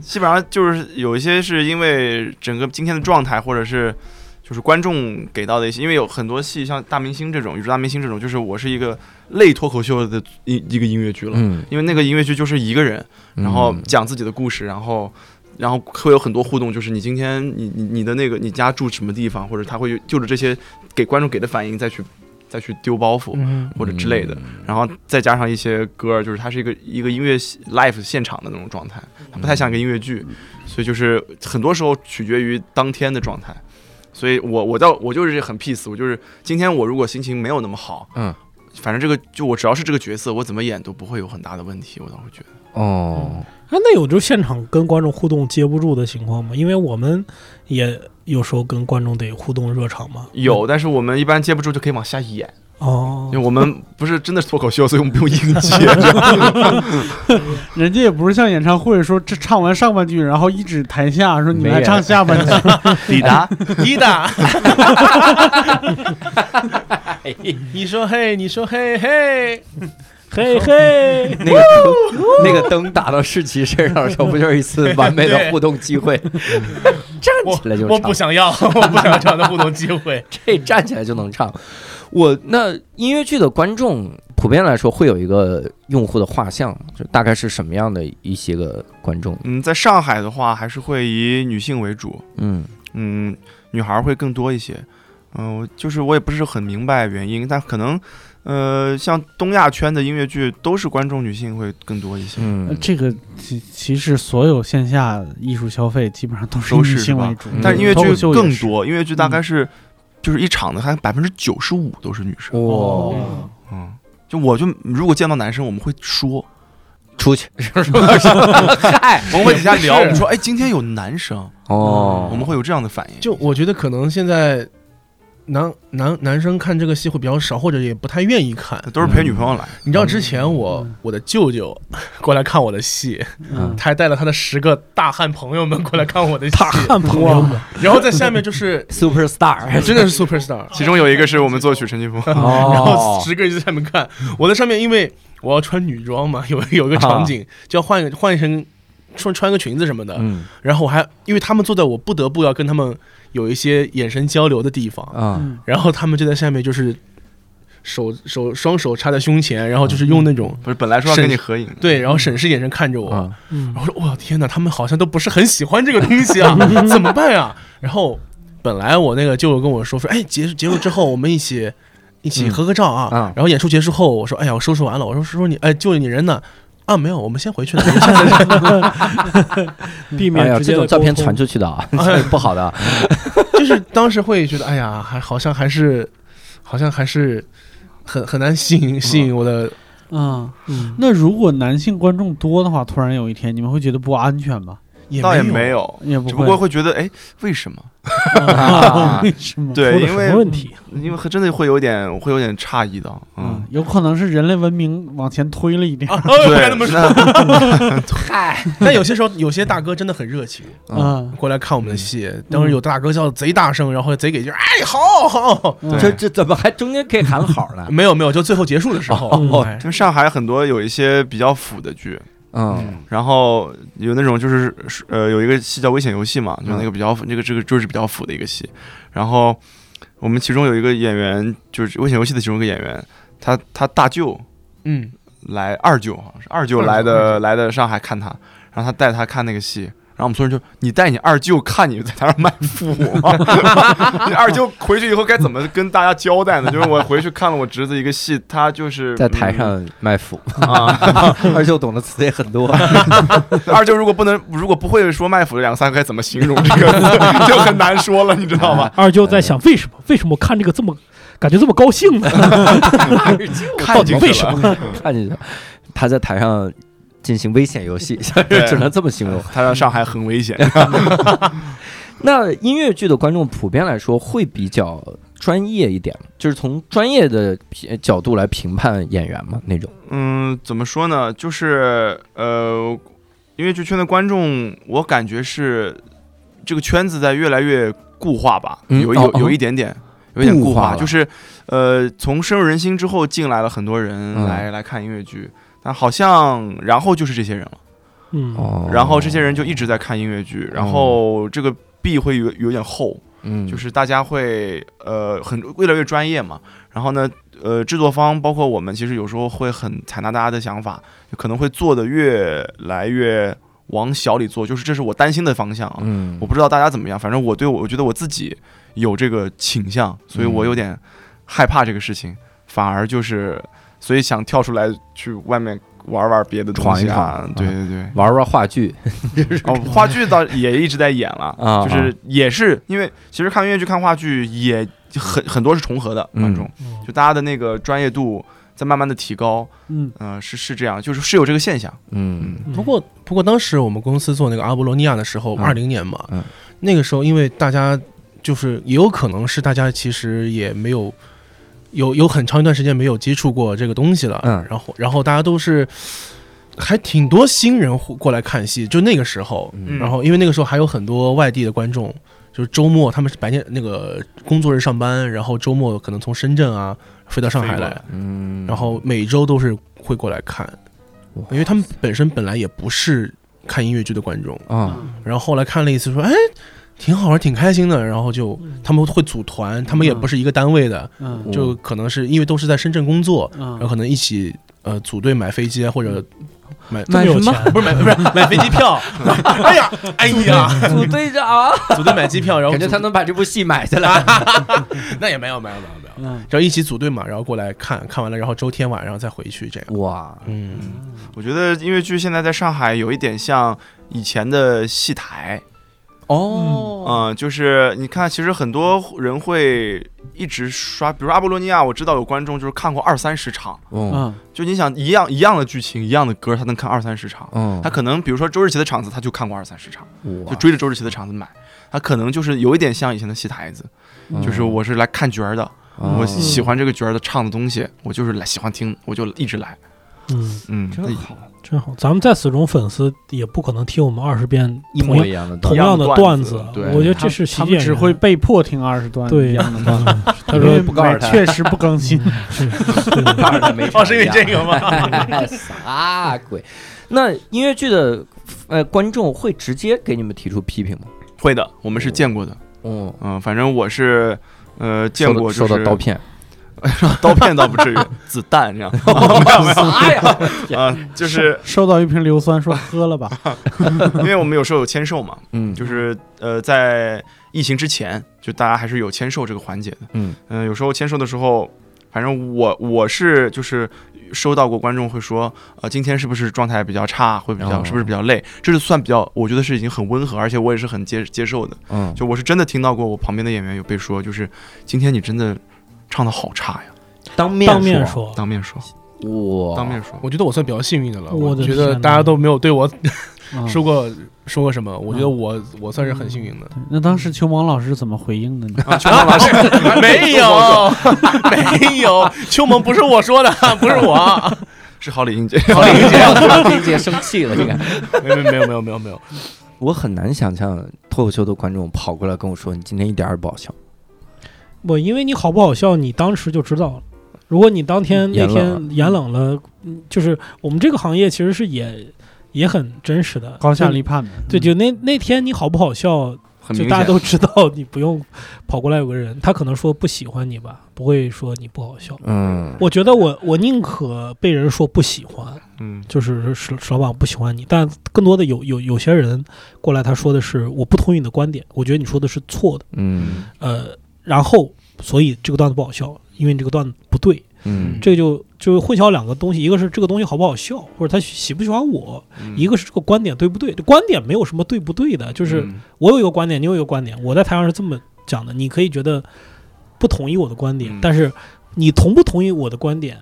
基本上就是有一些是因为整个今天的状态，或者是就是观众给到的一些，因为有很多戏像大明星这种，宇宙大明星这种，就是我是一个类脱口秀的一一个音乐剧了，嗯，因为那个音乐剧就是一个人，然后讲自己的故事，然后。然后会有很多互动，就是你今天你你你的那个你家住什么地方，或者他会就着这些给观众给的反应再去再去丢包袱，嗯或者之类的，然后再加上一些歌儿，就是它是一个一个音乐系 live 现场的那种状态，它不太像一个音乐剧，所以就是很多时候取决于当天的状态。所以我我到我就是很 peace，我就是今天我如果心情没有那么好，嗯，反正这个就我只要是这个角色，我怎么演都不会有很大的问题，我倒会觉得。哦，哎，那有就现场跟观众互动接不住的情况吗？因为我们也有时候跟观众得互动热场嘛。有，但是我们一般接不住就可以往下演，哦因为，我 们不是真的是脱口秀，所以我们不用硬接。 人家也不是像演唱会说这唱完上半句，然后一指台下说你们来唱下半句，抵达，滴 答，哎你说嘿，你说嘿嘿，嘿 嘿， 那个灯，那个灯打到世奇身上的时候，不就是一次完美的互动机会？ 站 我起来就我不唱，想要， 我不想要这样的互动机 会。这站起来就能唱。我那音乐剧的观众普遍来说会有一个用户的画像，就大概是什么样的一些个观众？嗯，在上海的话还是会以女性为主，嗯嗯，女孩儿会更多一些。嗯、我就是我也不是很明白原因，但可能，呃，像东亚圈的音乐剧都是观众女性会更多一些。嗯，这个其其实所有线下艺术消费基本上都是都女是性为吧嗯主，但是音嗯乐脱口剧秀也更是多，音乐剧大概是、就是一场的还百分之九十五都是女哦生。哇，嗯，就我就如果见到男生，我们会说，出 去，嗨，我们会底下聊，也我不是们说，哎，今天有男生，我哦，们会有这样的反应。就我觉得可能现在男男男生看这个戏会比较少，或者也不太愿意看。都是陪女朋友来，嗯你知道之前我我的舅舅 过来看我的戏，嗯他还带了他的十个大汉朋友们过来看我的戏，大汉朋友们，然后在下面就 是 super star，真的是 super star，其中有一个是我们作曲陈金峰，然后哦，十个人就在下面看。我在上面，因为我要穿女装嘛，有有一个场景就要换一个换一身，穿穿个裙子什么的。啊嗯然后我还因为他们坐在我不得不要跟他们有一些眼神交流的地方，啊，嗯然后他们就在下面就是手手双手插在胸前，然后就是用那种不是本来说要跟你合影，对，然后审视眼神看着我。嗯啊嗯哎然后我说：“哇，天哪，他们好像都不是很喜欢这个东西 啊，怎么办呀？”然后本来我那个舅舅跟我说说：“哎，结束结束之后，我们一起一起合个照啊。嗯啊然后演出结束后，我说：“哎呀，我收拾完了。”我说：“叔叔你，哎，舅舅你人呢？”啊，没有，我们先回去了。 避哎呀，免这直接种的照片沟通传出去的啊， 不好的啊，就是当时会觉得，哎呀，还好像还是好像还是很很难吸引吸引我的。嗯。嗯那如果男性观众多的话，突然有一天你们会觉得不安全吗？倒也没没有，有，也不只不会，过会觉得，哎，为什么？啊 为什么？对，出了因什为么问题？嗯因为真的会有点会有点诧异的，嗯嗯，，有可能是人类文明往前推了一点啊，不对要那么，说。那 但有些时候，有些大哥真的很热情，啊。过来看我们的戏。嗯当时有大哥叫贼大声，然后贼给劲，哎，好好。 嗯这这怎么还中间可以喊好呢？没有没有，就最后结束的时候，哦哎嗯因为上海很多有一些比较腐的剧，嗯然后有那种就是呃有一个戏叫《危险游戏》嘛，就是那个比较那个这个就是比较腐的一个戏，然后我们其中有一个演员就是《危险游戏》的其中一个演员，他他大舅嗯，来二舅好像是二舅二舅来二舅的来的上海看他，然后他带他看那个戏。然后我们所有人就你带你二舅看你在那儿卖腐吗？ 你二舅回去以后该怎么跟大家交代呢？就是我回去看了我侄子一个戏，他就是在台嗯上卖腐，啊， 二舅懂的词也很多。 二舅如果不能如果不会说卖腐这两个三个该怎么形容这个字就很难说了，你 知道吗？二舅在想，哎为什么为什么我看这个这么感觉这么高兴 呢？看进去了 到底为什么？看进去，他在台上进行危险游戏，对哎只能这么形容。他让上海很危险，那音乐剧的观众普遍来说会比较专业一点，就是从专业的评角度来评判演员嘛那种。嗯，怎么说呢？就是呃，音乐剧圈的观众，我感觉是这个圈子在越来越固化吧，嗯有哦嗯有有一点点，有一点固固化化，了就是呃，从深入人心之后进来了很多人嗯来、来看音乐剧，但好像然后就是这些人了，嗯，哦然后这些人就一直在看音乐剧，然后这个壁会有有点厚，嗯，就是大家会呃很越来越专业嘛，然后呢，呃，制作方包括我们其实有时候会很采纳大家的想法，就可能会做的越来越往小里做，就是这是我担心的方向啊。嗯我不知道大家怎么样，反正我对我我觉得我自己有这个倾向，所以我有点害怕这个事情，反而就是所以想跳出来去外面玩玩别的东西啊，闯一闯对对对。玩玩话剧 哦，话剧倒也一直在演了啊就是也是因为其实看音乐剧、看话剧也很很多是重合的嗯观众，就大家的那个专业度在慢慢的提高，嗯，嗯、是是这样，就是是有这个现象，嗯不过不过当时我们公司做那个阿波罗尼亚的时候，嗯二零年嘛嗯，那个时候因为大家就是也有可能是大家其实也没有。有有很长一段时间没有接触过这个东西了，嗯然后然后大家都是还挺多新人会过来看戏，就那个时候，嗯然后因为那个时候还有很多外地的观众，就是周末他们是白天那个工作日上班，然后周末可能从深圳啊飞到上海飞过来来，嗯，然后每周都是会过来看哇，因为他们本身本来也不是看音乐剧的观众，啊然后后来看了一次说，哎，挺好玩，挺开心的，然后就他们会组团，他们也不是一个单位的，嗯嗯就可能是因为都是在深圳工作，然后嗯，可能一起呃组队买飞机啊或者买买什么？不是买不是买飞机票， 哎呀哎呀， 组队长，组队买机票，然啊后感觉组他能把这部戏买下来。 那也没有没有没有没有，嗯，然后一起组队嘛，然后过来看看完了，然后周天晚上再回去这样，哇，嗯我觉得音乐剧现在在上海有一点像以前的戏台，哦，嗯、就是你看，其实很多人会一直刷，比如说阿波罗尼亚，我知道有观众就是看过二三十场，嗯嗯，就你想一样一样的剧情、一样的歌，他能看二三十场。嗯，他可能比如说周日奇的场子，他就看过二三十场，就就追着周日奇的场子买。他可能就是有一点像以前的戏台子，就是我是来看角儿的，嗯我喜欢这个角儿的唱的东西，我就是来喜欢听，我就一直来。嗯，嗯，真好，真好，咱们再死忠粉丝也不可能听我们二十遍一同模样一样的东同西。样的段子子，对我觉得这是他喜们剧只 会被迫听二十段对一样的嗯段， 他因为说不告诉他没确实不更新， 没 哦，是因为这个吗？ 啥鬼？那音乐剧的呃观众会直接给你们提出批评吗？会的，我们是见过的。嗯，嗯，反正我是呃见过，受就到是刀 片，刀片倒不至于，子弹这样 哎啥呀？啊，就是收到一瓶硫酸，说喝了吧，因为我们有时候有签售嘛，嗯，就是呃，在疫情之前，就大家还是有签售这个环节的。嗯呃有时候签售的时候，反正我我是就是收到过观众会说，呃，今天是不是状态比较差，会比较、哦是不是比较累？这是算比较，我觉得是已经很温和，而且我也是很接接受的。嗯，就我是真的听到过我旁边的演员有被说，就是今天你真的唱的好差呀，当面当面说，当面说，哦哇，当面说。我觉得我算比较幸运的了，我我的觉得天大家哪都没有对我 嗯说过说过什么，我觉得我我算是很幸运的。那当时秋萌老师怎么回应的呢？啊，邱老师，嗯 没有，没有，秋萌不是我 说的，不是 我，是郝李 英姐，好林姐，林姐生气了，你看。没没没有没有没有没有， 我很难想象脱口秀的观众跑过来跟我说：“你今天一点儿也不好笑。不，因为你好不好笑，你当时就知道了。如果你当天那演冷天演冷了，嗯就是我们这个行业其实是也也很真实的，高下就立判呗。对，就那那天你好不好笑，很就明大家显。都知道，你不用跑过来有个人，他可能说不喜欢你吧，不会说你不好笑”。 嗯，我觉得我我宁可被人说不喜欢，嗯，就是石石老板我不喜欢你，但更多的有有有些人过来，他说的是我不同意你的观点，我觉得你说的是错的，嗯呃，然后所以这个段子不好笑，因为你这个段子不对，嗯这个就就混淆两个东西，一个是这个东西好不好笑，或者他喜不喜欢我，嗯一个是这个观点对不对，这观点没有什么对不对的，就是嗯我有一个观点，你有一个观点，我在台上是这么讲的，你可以觉得不同意我的观点，嗯但是你同不同意我的观点，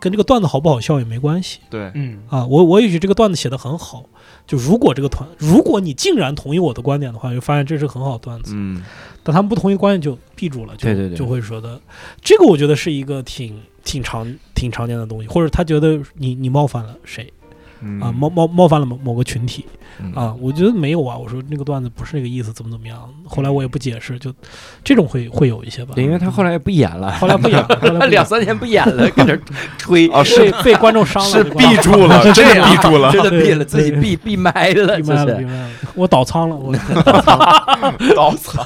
跟这个段子好不好笑也没关系对，嗯，啊。我我也许这个段子写得很好，就如果这个团，如果你竟然同意我的观点的话，就发现这是很好的段子。嗯但他们不同意的观点就闭住了，就对对对就会说的，这个我觉得是一个挺挺常挺常见的东西，或者他觉得你你冒犯了谁啊，嗯冒冒冒犯了某某个群体嗯啊，我觉得没有啊，我说那个段子不是那个意思，怎么怎么样，后来我也不解释，就这种会会有一些吧，对，因为他后来也不演了，后来不演，后来他 不两演，三年不演了，搁这 吹，哦，是被被观众伤了，是被观闭众 住了，真的闭住了。真的闭了，对自己对闭闭麦了，闭就麦是了，闭。麦了，我倒 仓了，我刀操！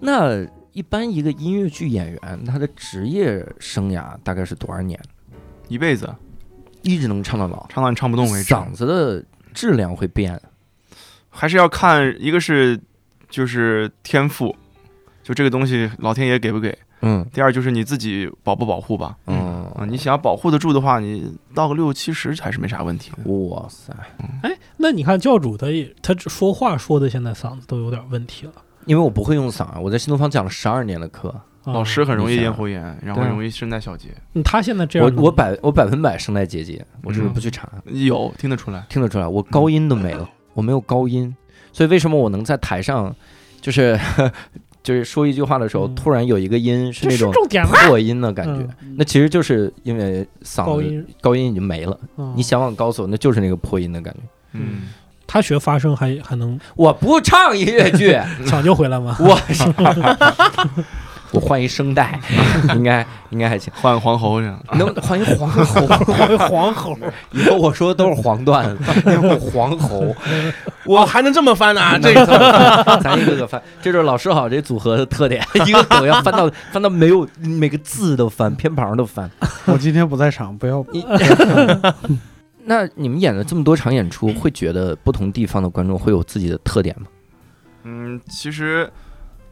那一般一个音乐剧演员，他的职业生涯大概是多少年？一辈子一直能唱到老，唱到你唱不动为止，嗓子的质量会变。还是要看一个是就是天赋，就这个东西老天爷给不给；嗯第二就是你自己保不保护吧。啊，嗯，你想要保护得住的话，你到个六七十还是没啥问题的。哇塞！哎，那你看教主他也他这说话说的现在嗓子都有点问题了。因为我不会用嗓，啊我在新东方讲了十二年的课，啊老师很容易你想咽喉炎，然后对啊容易声带小结，嗯他现在这样我子，我百我百分百声带结节，我就是嗯不去查，有听得出来。听得出来，我高音都没了，我没有高音，所以为什么我能在台上，就是 就是说一句话的时候，嗯突然有一个音是这那是种重点吗？破音的感觉，嗯那其实就是因为嗓啊高子音，高音已经没了，嗯你想往高走，那就是那个破音的感觉。嗯，他学发声还还能 我不唱音乐剧，抢救回来吗？我 我换一声 带，应该应该还行，换黄喉这样，能换一黄喉。回黄喉，以后我说的都是黄段 子，因为我黄喉， 我还能这么翻呢、 嗯啊？这咱一个个翻，这就是老师好这组合的特点，一个梗要翻到翻到没有每个字都翻，偏旁都翻。我今天不在场，不要你 那你们演了这么多场演出，会觉得不同地方的观众会有自己的特点吗？嗯，其实，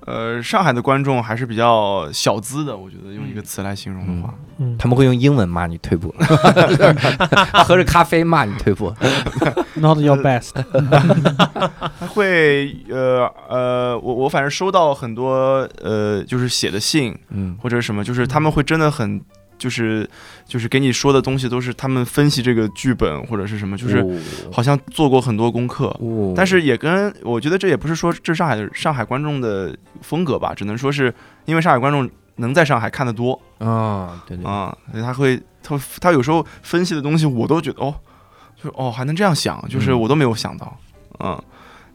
呃，上海的观众还是比较小资的，我觉得用一个词来形容的话，嗯，他们会用英文骂你退步，喝着咖啡骂你退步， not your best。 他会呃呃，我我反正收到很多呃，就是写的信嗯或者什么，就是他们会真的很。就是就是给你说的东西都是他们分析这个剧本或者是什么，就是好像做过很多功课，哦但是也跟我觉得这也不是说这是上海的上海观众的风格吧，只能说是因为上海观众能在上海看得多啊，对对，啊，所以他会他他有时候分析的东西我都觉得哦，就是哦还能这样想，就是嗯我都没有想到，嗯。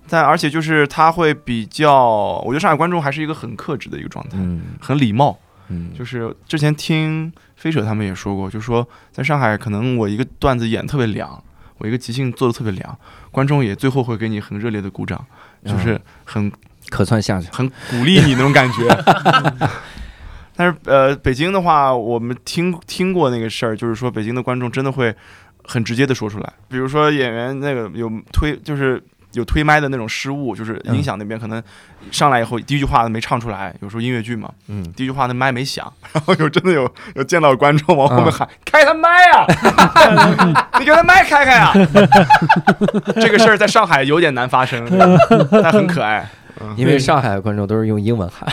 但而且就是他会比较，我觉得上海观众还是一个很克制的一个状态，嗯很礼貌。嗯，就是之前听飞扯他们也说过，就说在上海可能我一个段子演得特别凉，我一个即兴做的特别凉，观众也最后会给你很热烈的鼓掌，就是很可算下去，很鼓励你那种感觉。 但是呃，北京的话，我们听听过那个事儿，就是说北京的观众真的会很直接的说出来，比如说演员那个有推就是。有推麦的那种失误，就是音响那边可能上来以后第一句话没唱出来，有时候音乐剧嘛，嗯，第一句话那麦没响，然后有真的有有见到观众往后面嗯喊、开他麦呀、 你给他麦开开呀、这个事儿在上海有点难发 生，但很可爱因为上海的观众都是用英文 喊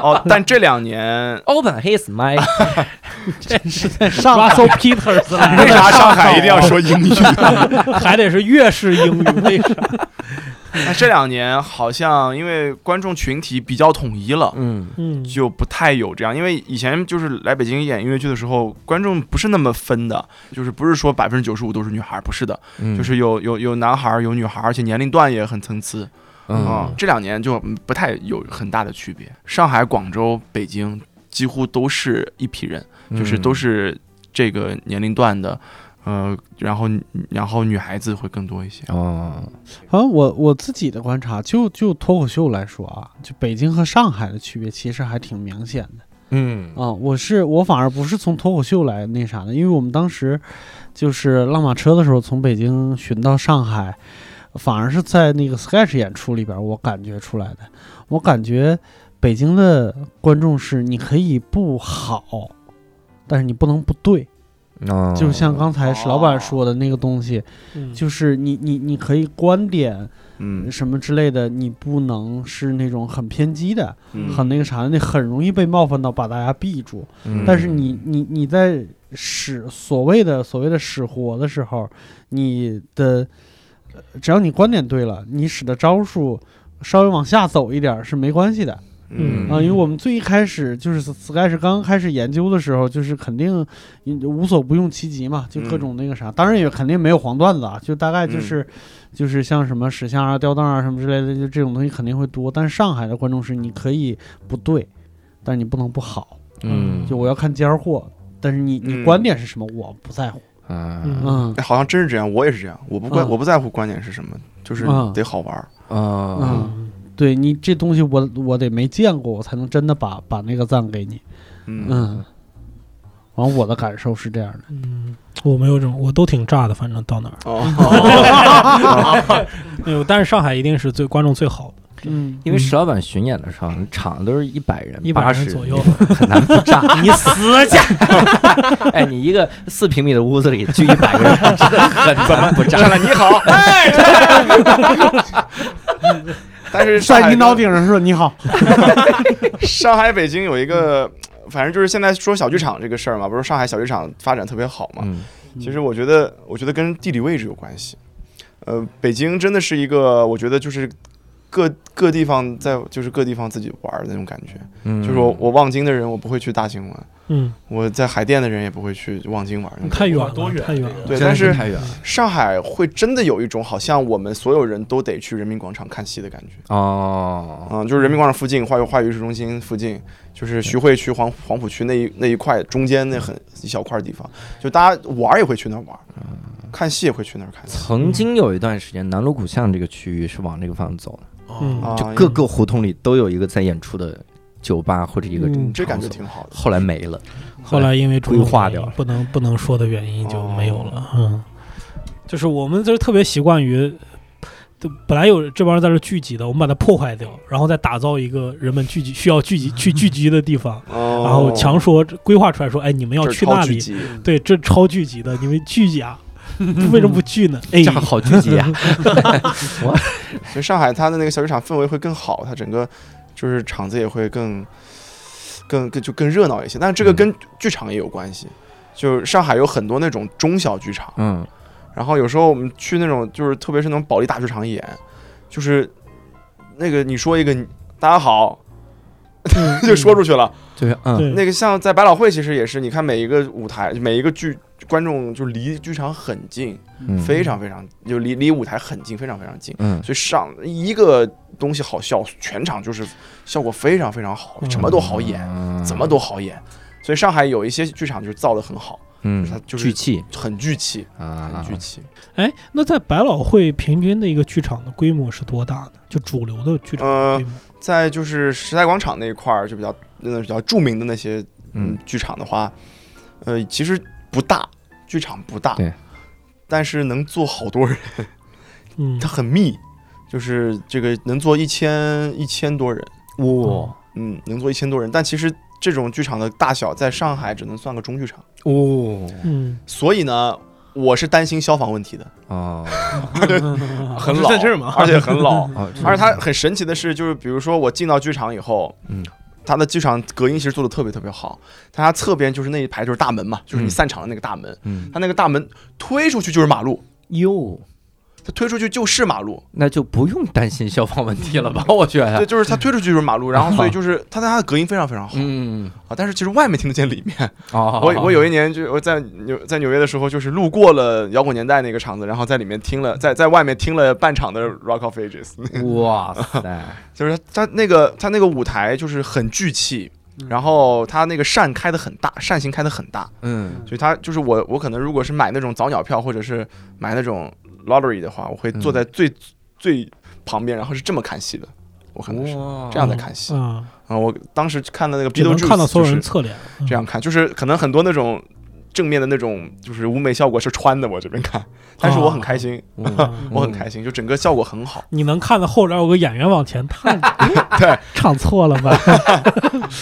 哦。但这两年 open his mic，上 Russell Peters 来 为啥上海一定要说英语？还得是越式英语，为 啥？ 但这两年好像因为观众群体比较统一了。 嗯 嗯，就不太有这样，因为以前就是来北京演音乐剧的时候，观众不是那么分的，就是不是说百分之九十五都是女孩，不是的，嗯就是有有有男孩儿有女孩儿，而且年龄段也很参差。嗯啊、这两年就不太有很大的区别。上海、广州、北京几乎都是一批人，嗯就是都是这个年龄段的，呃，然后然后女孩子会更多一些。哦，好像我我自己的观察，就就脱口秀来说啊，就北京和上海的区别其实还挺明显的嗯啊、我是我反而不是从脱口秀来那啥的，因为我们当时就是浪马车的时候，从北京巡到上海，反而是在那个 sketch 演出里边，我感觉出来的。我感觉北京的观众是你可以不好，但是你不能不对，哦，就像刚才石老板说的那个东西，嗯就是你你你可以观点。嗯什么之类的，你不能是那种很偏激的、嗯很那个啥的，那很容易被冒犯到，把大家避住。嗯，但是你你你在使所谓的所谓的使活的时候，你的呃只要你观点对了，你使的招数稍微往下走一点儿是没关系的。嗯啊，因为我们最一开始就是 Sky 是刚开始研究的时候，就是肯定嗯无所不用其极嘛，就各种那个啥，当然也肯定没有黄段子啊，就大概就是、就是像什么石像啊、吊带啊什么之类的，就这种东西肯定会多。但是上海的观众是你可以不对，但是你不能不好。嗯就我要看尖儿货，但是你你嗯观点是什么，我不在乎。嗯嗯嗯哎好像真是这样，我也是这样，我不关、嗯我不在乎观点是什么，就是嗯得好玩儿。啊嗯，对你这东西我我得没见过，我才能真的把把那个赞给你。嗯嗯，完我的感受是这样的。嗯，我没有这种，我都挺炸的，反正到哪儿哦，没有，哎但是上海一定是最观众最好的，嗯，因为石老板巡演的时候，场都是一百人，一百八人十左右， 很难不炸。 你死家 哎，你一个四平米的屋子里聚一百个人，真的很难不炸。你好，哎， 但是上在海你脑顶上说你好，上海、北京有一个，反正就是现在说小剧场这个事儿嘛，不是上海小剧场发展特别好嘛？嗯其实我觉得，我觉得跟地理位置有关系。呃，北京真的是一个，我觉得就是各各地方在就是各地方自己玩儿的那种感觉。嗯就是我我望京的人，我不会去大兴玩；嗯，我在海淀的人也不会去望京玩儿那种感觉。太远了，多远太远了，对，真的但是太远了 上海会真的有一种好像我们所有人都得去人民广场看戏的感觉。哦，嗯，就是人民广场附近、话剧话剧艺术中心附近，就是徐汇嗯区、黄黄浦区那一那一块中间那很一小块地方，就大家玩儿也会去那儿玩儿，嗯看戏也会去那儿看戏。曾经有一段时间，南锣鼓巷这个区域是往这个方向走的，哦嗯啊，就各个胡同里都有一个在演出的酒吧或者一个嗯这感场觉所挺好的。后来没了。后来因为种种规划掉了原因不能不能说的原因就没有哦了。嗯，就是我们就是特别习惯于，就本来有这帮人在这聚集的，我们把它破坏掉，然后再打造一个人们聚集需要聚集去聚集的地方，哦然后强说规划出来说，哎，你们要这是去超那聚里，集对，这超聚集的，你们聚集 啊，为什么不聚呢？哎这，样好聚集啊！所以上海它的那个小剧场氛围会更好，它整个就是场子也会更更更就更热闹一些。但嗯这个跟剧场也有关系，就是上海有很多那种中小剧场，嗯，然后有时候我们去那种就是特别是那种保利大剧场演，就是那个你说一个 你大家好。 就说出去了。对，嗯，嗯对，那个像在百老汇，其实也是，你看每一个舞台，每一个剧观众就离剧场很近，嗯非常非常就离离舞台很近，非常非常近。嗯，所以上一个东西好笑，全场就是效果非常非常好，嗯什么都好演，嗯怎么都好演。所以上海有一些剧场就是造的很好，嗯它，就是聚气很聚气，啊很，聚气。哎，那在百老汇平均的一个剧场的规模是多大呢？就主流的剧场的呃规，模，在就是时代广场那一块儿就比较那比较著名的那些嗯嗯，剧场的话，呃，其实不大，剧场不大，对，但是能坐好多人，嗯它，很密，就是这个能坐一千一千多人。哇嗯，能坐一千多人，但其实这种剧场的大小在上海只能算个中剧场，哦嗯，所以呢，我是担心消防问题的，哦，很啊是老，在这儿吗嗯而且很老 哦，而且它很神奇的是，就是比如说我进到剧场以后，嗯。它的剧场隔音其实做的特别特别好，它侧边就是那一排就是大门嘛，就是你嗯散场的那个大门，嗯它那个大门推出去就是马路，哟，它推出去就是马路，那就不用担心消防问题了吧？我觉对，得，就是它推出去就是马路，然后所以 就是它它的隔音非常非常好嗯，啊，但是其实外面听得见里面，哦，我我有一年就我在纽在纽约的时候，就是路过了摇滚年代那个场子，然后在里面听了，在在外面听了半场的 Rock of Ages， 哦哇塞，就是他那个他那个舞台就是很聚气，嗯然后他那个扇开的很大，扇形开的很大，嗯所以他就是我我可能如果是买那种早鸟票或者是买那种 lottery 的话，我会嗯坐在最、最旁边，然后是这么看戏的，我可能是哇这样在看戏啊、啊，我当时看的那个 b 只 e 哦能 e 看到所有人就是侧脸，嗯这样看，就是可能很多那种正面的那种就是舞美效果是穿的，我这边看，但是我很开心， 嗯我很开心，就整个效果很好。你能看到后边有个演员往前探，对，唱错了吧？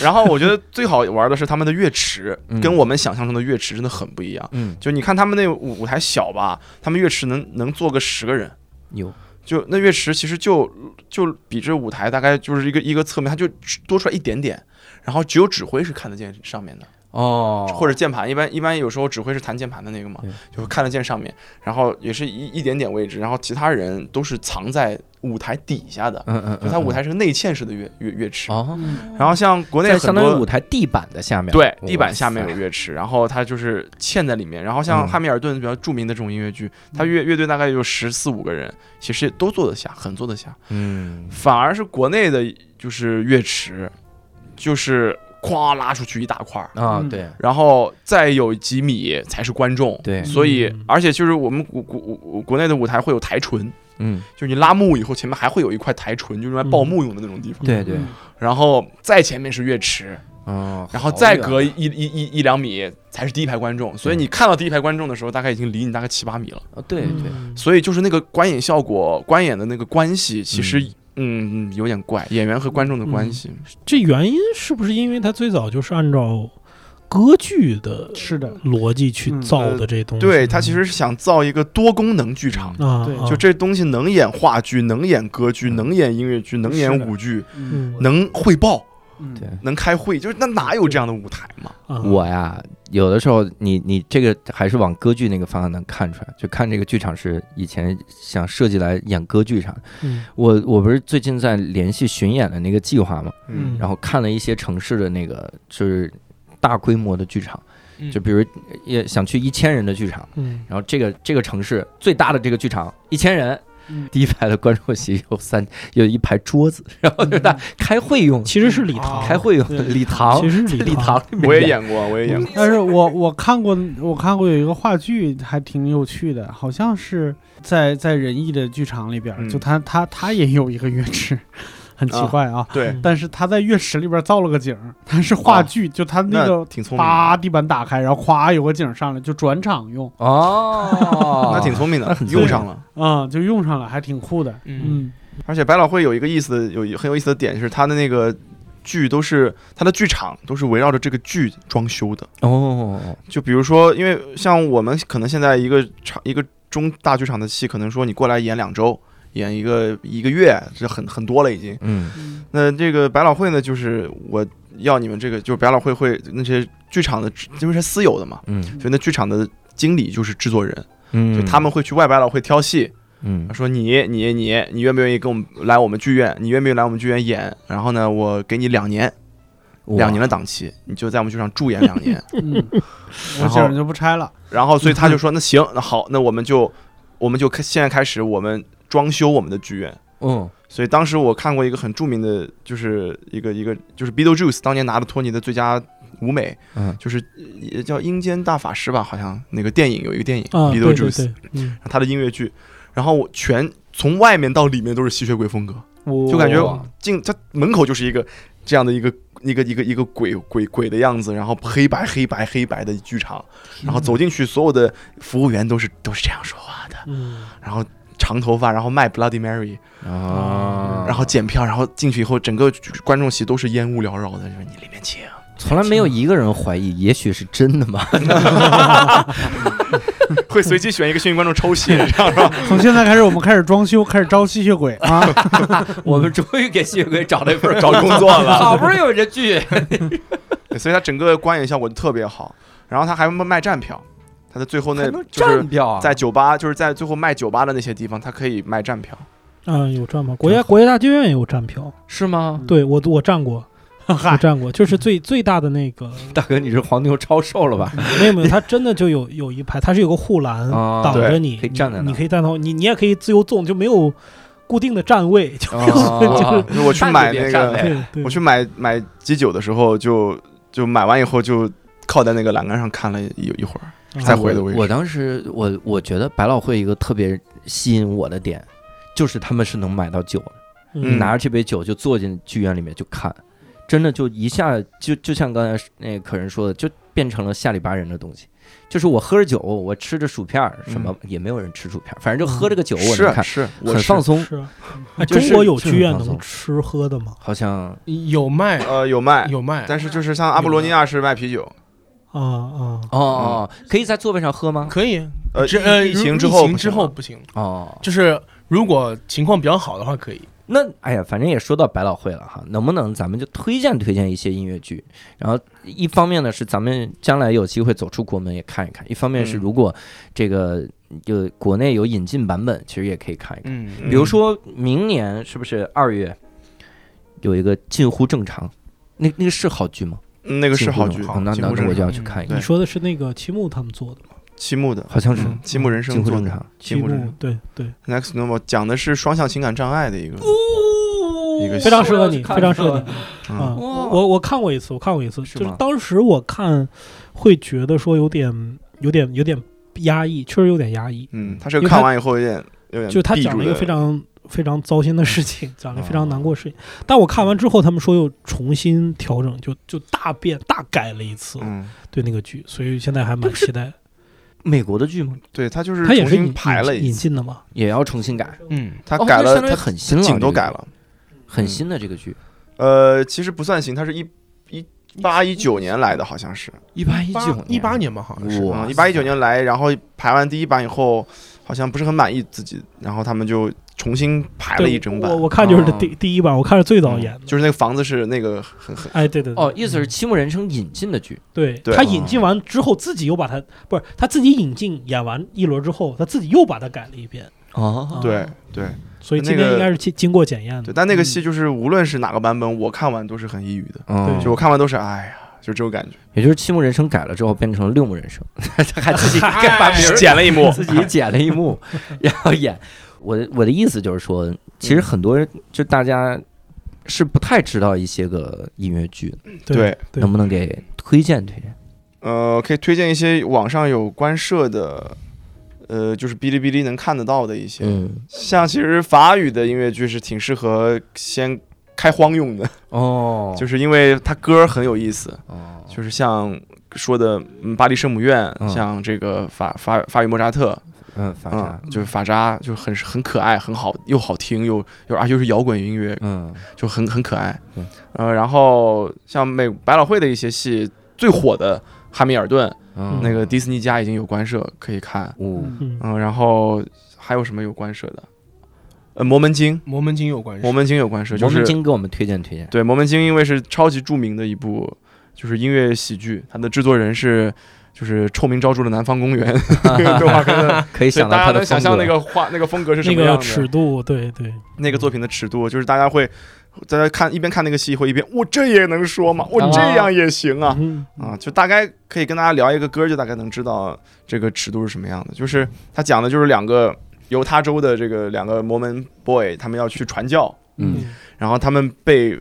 然后我觉得最好玩的是他们的乐池嗯，跟我们想象中的乐池真的很不一样。嗯就你看他们那舞舞台小吧，他们乐池能能坐个十个人，有就那乐池其实就就比这舞台大概就是一个一个侧面，它就多出来一点点，然后只有指挥是看得见上面的。哦，或者键盘，一般一般有时候只会是弹键盘的那个嘛对，就会看得见上面，然后也是一一点点位置，然后其他人都是藏在舞台底下的，嗯嗯，就它舞台是个内嵌式的乐乐乐池，哦，嗯然后像国内在相很多当于舞台地板的下面，对哇地板下面塞有乐池，然后它就是嵌在里面，然后像嗯汉密尔顿比较著名的这种音乐剧，它乐乐队大概有十四五个人，其实都坐得下，很坐得下，嗯，反而是国内的就是乐池，就是咵拉出去一大块儿。啊，嗯对，然后再有几米才是观众，对所以嗯而且就是我们国国国国内的舞台会有台唇，嗯，就是你拉幕以后，前面还会有一块台唇，就是用来报幕用的那种地方，对对，嗯然后再前面是乐池，哦，然后好嗯再远隔一一一一两米才是第一排观众，所以你看到第一排观众的时候，大概已经离你大概七八米了，哦对 对，嗯所以就是那个观影效果、观演的那个关系，其实嗯有点怪，演员和观众的关系，嗯这原因是不是因为他最早就是按照歌剧的是的，逻辑去造的这东西？嗯呃对他其实是想造一个多功能剧场。啊，对啊就这东西能演话剧，能演歌剧，能演音乐剧，能演舞剧，嗯，嗯能汇报，嗯对能开会，就是那哪有这样的舞台嘛？啊我呀，有的时候你你这个还是往歌剧那个方向能看出来，就看这个剧场是以前想设计来演歌剧啥的。嗯我我不是最近在联系巡演的那个计划嘛，嗯然后看了一些城市的那个就是大规模的剧场，就比如也想去一千人的剧场，嗯然后这个这个城市最大的这个剧场一千人。第一排的观众席有三有一排桌子，然后就是大家开会用，其实是嗯礼堂，开会用对的礼堂，其实是在礼礼堂里面我也演过，我也演过，但是我我看过，我看过有一个话剧，还挺有趣的，好像是在在仁义的剧场里边儿，嗯就他他他也有一个 乐池，很奇怪啊。对，但是他在乐池里边造了个景儿，他是话剧，就他那哦那个挺聪明的，叭地板打开，然后咵有个景儿上来，就转场用，哦， 那挺聪明的，聪明用上了。嗯，就用上了，还挺酷的。嗯，嗯，而且百老汇有一个意思的，有一很有意思的点就是它的那个剧都是它的剧场都是围绕着这个剧装修的。哦，就比如说，因为像我们可能现在一个场一个中大剧场的戏，可能说你过来演两周。演一个一个月，这很很多了已经。嗯那这个百老汇呢，就是我要你们这个，就是百老汇会那些剧场的，因为是私有的嘛，嗯所以那剧场的经理就是制作人，嗯就他们会去外百老汇挑戏，嗯说你你你你愿不愿意跟我们来我们剧院？你愿不愿意来我们剧院演？然后呢，我给你两年嗯两年的档期，你就在我们剧场驻演两年。 嗯，我然后景儿就不拆了。然后所以他就说，那行，那好，那我们就我们就开现在开始我们装修我们的剧院。嗯所以当时我看过一个很著名的，就是一个一个就是 Beetlejuice 当年拿的托尼的最佳舞美，嗯就是也叫《阴间大法师》吧，好像那个电影有一个电影、啊，对对 Beetlejuice，对，嗯，他的音乐剧，然后我全从外面到里面都是吸血鬼风格，哦就感觉进他门口就是一个这样的一个一个一个一个鬼鬼鬼的样子，然后黑白黑白黑白的剧场，然后走进去所有的服务员都是都是这样说话的，嗯，然后长头发，然后卖 Bloody Mary，啊，然后检票，然后进去以后整个观众席都是烟雾缭绕的，就是你里面请。 从来没有一个人怀疑，也许是真的吧？会随机选一个幸运观众抽戏，这样是吧？从现在开始，我们开始装修，开始招吸血 鬼啊！ 我们终于给吸血鬼找了 一份儿找工作了，好不容易有这剧， 对所以它整个观影效果就特别好。然后它还卖站票，它的最 后那还能就是站票啊在酒吧，就是在最后卖酒吧的那些地方，它可以卖站票。啊，有站吗？国家国家大剧院也有站票，是吗？对我我站过， 我站过，就是最最大的那个，大哥，你这黄牛超售 了吧？没有没有，它真的就有有一排，它是有个护栏啊挡着你，对可以站在那你你可以站到，你你也可以自由纵，就没有固定的站位，就没有、啊就就是我去站着买那别个，站对对，我去买买基酒的时候就，就买完以后就靠在那个栏杆上看了一一会儿。啊再回的位我置我当时我我觉得百老汇一个特别吸引我的点，就是他们是能买到酒的。嗯拿着这杯酒就坐进剧院里面就看，真的就一下就就像刚才那个客人说的，就变成了下里巴人的东西。就是我喝着酒，我吃着薯片儿，什么、也没有人吃薯片儿，反正就喝这个酒，我能是看，是，我很是放。松。是啊，哎，就是中国有就是剧院放松能吃喝的吗？好像嗯有卖呃，有卖，有卖，但是就是像阿波罗尼亚是卖啤酒，啊啊，哦哦，可以在座位上喝吗？可以，呃，这呃疫情如之后疫情不行之后了不行，哦，就是如果情况比较好的话可以，那哎呀，反正也说到百老汇了哈，能不能咱们就推荐推荐一些音乐剧？然后一方面呢是咱们将来有机会走出国门也看一看，一方面是嗯如果这个有国内有引进版本，其实也可以看一看。嗯比如说明年是不是二月有一个近乎正常？那那个是好剧吗？那个是好剧近乎正，常那哦几那乎那我就正常要去看一看你对，说的是那个齐木他们做的吗？七木的，好像是嗯，七木人近生乎做正的。常。齐齐木人木，对对， Next Normal 讲的是双向情感障碍的一个，一个非常戏适我合你，要去看非常适合你。啊，嗯，哇我我我看过一次，我看过一次，是就是吗当时我看会觉得说有点有点有点压抑，确实有点压抑。嗯，他是因为个他看完以后有点有点就是他闭讲住了一个的哦非常非常糟心的事情，讲了一个非常难过的事情。但我看完之后，他们说又重新调整，就就大变大改了一次嗯，对那个剧，所以现在还蛮期待。美国的剧吗？对他就是他也重是引新排了引一引次，进的嘛，也要重新改，嗯，他哦改那了，相当于他很新了，景都这个改剧，了。很嗯新的这个剧，呃，其实不算新，它是一一八一九年来的，好像是，一八一九一八年吧，好像是。啊哇嗯，一八一九年来，然后排完第一版以后，好像不是很满意自己，然后他们就重新排了对一整版我。我看就是哦第第一版，我看是最早嗯演的。就是那个房子是那个很很哎，对对对哦，意思是《七木人生》引进的剧，对对他引进完之后，自己又把他不是他自己引进演完一轮之后，他自己又把它改了一遍。哦啊对，对所以那今天个应该是经经过检验的对，。但那个戏就是无论是哪个版本，我看完都是很抑郁的，嗯，哦就我看完都是哎呀，就这种感觉。也就是《七木人生》改了之后变成了《六木人生》， 他还自己哎把名儿剪了一幕自己剪了一幕，然后演。我我的意思就是说，其嗯实很多人就大家是不太知道一些个音乐剧的，对，对，对能不能给推荐推荐？呃，可以推荐一些网上有官设的，呃，就是哔哩哔哩能看得到的一些，嗯，像其实法语的音乐剧是挺适合先开荒用的，哦，就是因为它歌很有意思，哦就是像说的嗯巴黎圣母院，嗯像这个法法法语莫扎特，嗯，反嗯正，就是法扎，就很很可爱，很好，又好听又又啊又是摇滚音乐，嗯就很很可爱对。呃，然后像美百老汇的一些戏，最火的《哈密尔顿》，嗯，那个迪士尼家已经有官设可以看，五嗯，嗯，然后还有什么有官设的？呃，《摩门经》，《摩门经有关系摩。门经》有官设，我就们是经给我们推荐推荐。对，《摩门经》因为是超级著名的一部，就是音乐喜剧，它的制作人是就是臭名昭著的南 方公园动画片的，可以所想以到大他家的能想风象格那个画那个风格是什那么样个的，尺度，对对，那个作品的尺度，就是大家会。大家看一边看那个戏，会一边我这也能说嗯吗？我这样也行啊！嗯啊，就大概可以跟大家聊一个歌，就大概能知道这个尺度是什么样的。就是他讲的就是两个犹他州的这个两个摩门 boy，他们要去传教，嗯然后他们被人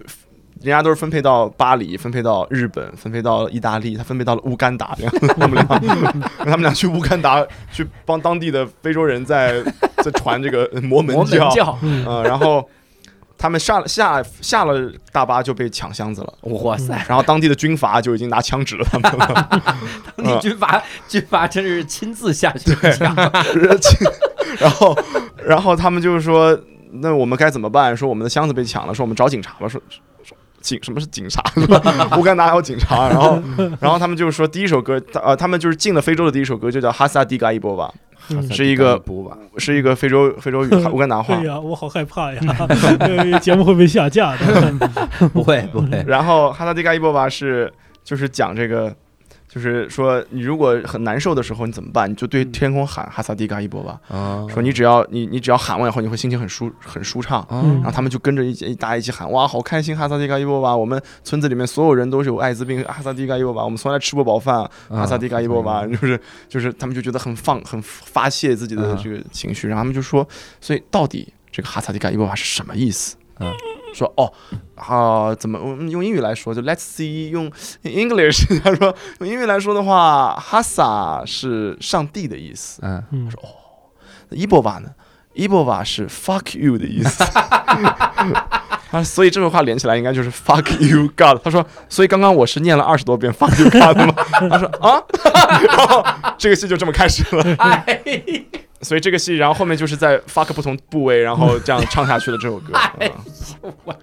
家都是分配到巴黎，分配到日本，分配到意大利，他分配到了乌 干达，然后他们俩， 他们俩去乌干达去帮当地的非洲人在 在传这个摩门摩门教，教，嗯，嗯，然后他们下了下下了大巴就被抢箱子了。哇塞！然后当地的军阀就已经拿枪指着他们了，你军阀 军阀真是亲自下去讲， 然后，然后他们就是说，那我们该怎么办？说我们的箱子被抢了，说我们找警察吧。说说警什么是警察？ 乌干达还有警察。然后，然后他们就是说，第一首歌，呃，他们就是进了非洲的第一首歌就叫《哈萨迪嘎伊波瓦是一个补吧，》，是一个非洲非洲语乌干达话对。呀，我好害怕呀， 呃节目会被下架的。不会不会，然后《哈萨迪嘎伊波瓦》是就是讲这个。就是说，你如果很难受的时候，你怎么办？你就对天空喊“哈萨迪嘎伊波瓦”，啊嗯说你只要你你只要喊完以后，你会心情很舒很舒畅。嗯然后他们就跟着一起，哎大家一起喊，哇，好开心！哈萨迪嘎伊波瓦，我们村子里面所有人都是有艾滋病，哈萨迪嘎伊波瓦，我们从来吃不饱啊饭，哈萨迪嘎伊波瓦，就是就是他们就觉得很放，很发泄自己的嗯这个情绪，然后他们就说，所以到底这个哈萨迪嘎伊波瓦是什么意思？嗯，说哦，啊、怎么嗯用英语来说？就 Let's see，用 English，他 说用英语来说的话，哈萨是上帝的意思，哦嗯，嗯，伊波瓦呢？伊波瓦是 fuck you 的意思。 啊，所以这句话连起来应该就是 fuck you God。他说，所以刚刚我是念了二十多遍 fuck you God 的吗？ 他说啊，然后这个戏就这么开始了。哎所以这个戏，然后后面就是在 fuck 不同部位，然后这样唱下去的这首歌。嗯我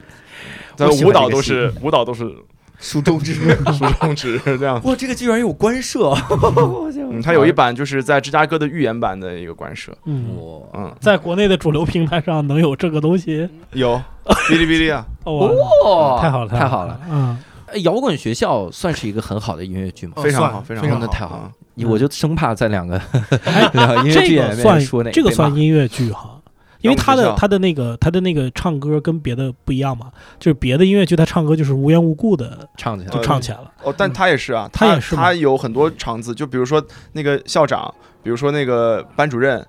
但我喜欢舞蹈这个都戏是舞蹈都是竖中指。 竖中指 这样。哇，这个居然有官舍！ 嗯，它有一版就是在芝加哥的预言版的一个官设，嗯，哇，嗯，在国内的主流平台上能有这个东西，有哔哩哔哩啊，哦，哦太好了，太好了！，嗯，呃摇滚学校算是一个很好的音乐剧吗？哦非常好，哦常算非好，常真好的哦太好了嗯！你我就生怕在两个哎 两个音乐这剧个演员算说那这个被算骂音乐剧哈，因为他要的不就像他的那个他的那个唱歌跟别的不一样嘛，就是别的音乐剧他唱歌就是无缘无故的唱起来就了。唱起来了，哦，但他也是啊，嗯他他也是吗他有很多场子，就比如说那个校长，比如说那个班主任，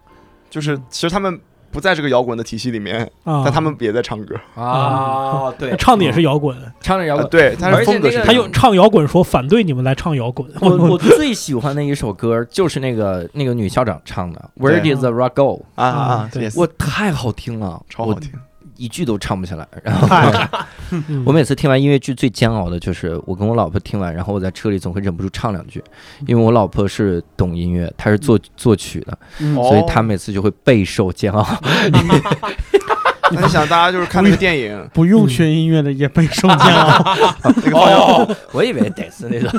就是其实他们不在这个摇滚的体系里面，嗯啊，但他们也哦在唱歌，啊，他对，唱的也是摇滚，唱着摇啊滚。对，但而是且风格那是个一他样用的唱摇滚说反对你们来唱摇滚，我我最喜欢的一首歌就是那个那个女校长唱的《Where 对 Did the Rock Go》，啊啊啊啊，对 yes， 我太好听了，超好听，我一句都唱不下来。 然后我每次听完音乐剧最煎熬的就是我跟我老婆听完，然后我在车里总会忍不住唱两句，因为我老婆是懂音乐，她是嗯作作曲的，嗯所以她每次就会备受煎熬。 哦那你想，大家就是看那个 电影不嗯用学音乐的也被受煎熬。那个放牛哦，我以为得是那种。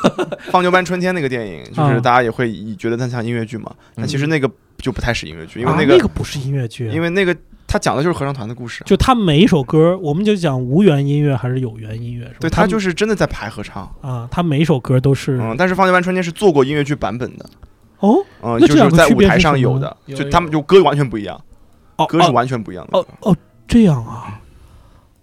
放牛班春天那个电影，就是啊大家也会以觉得它像音乐剧嘛，但其实那个就不太是音乐剧，因为嗯啊那那个个不是音乐剧，啊因为那个他讲的就是合唱团的故事，就他每一首歌，我们就讲无缘音乐还是有缘音乐，是吧对他他们就是真的在排合唱，啊，他每一首歌都是嗯，但是放牛班春天是做过音乐剧版本的。哦嗯，那就这两是个在区舞别台是上什有么的，呢就有他们就歌完全不一样，哦歌是完全不一样的哦。哦这样啊，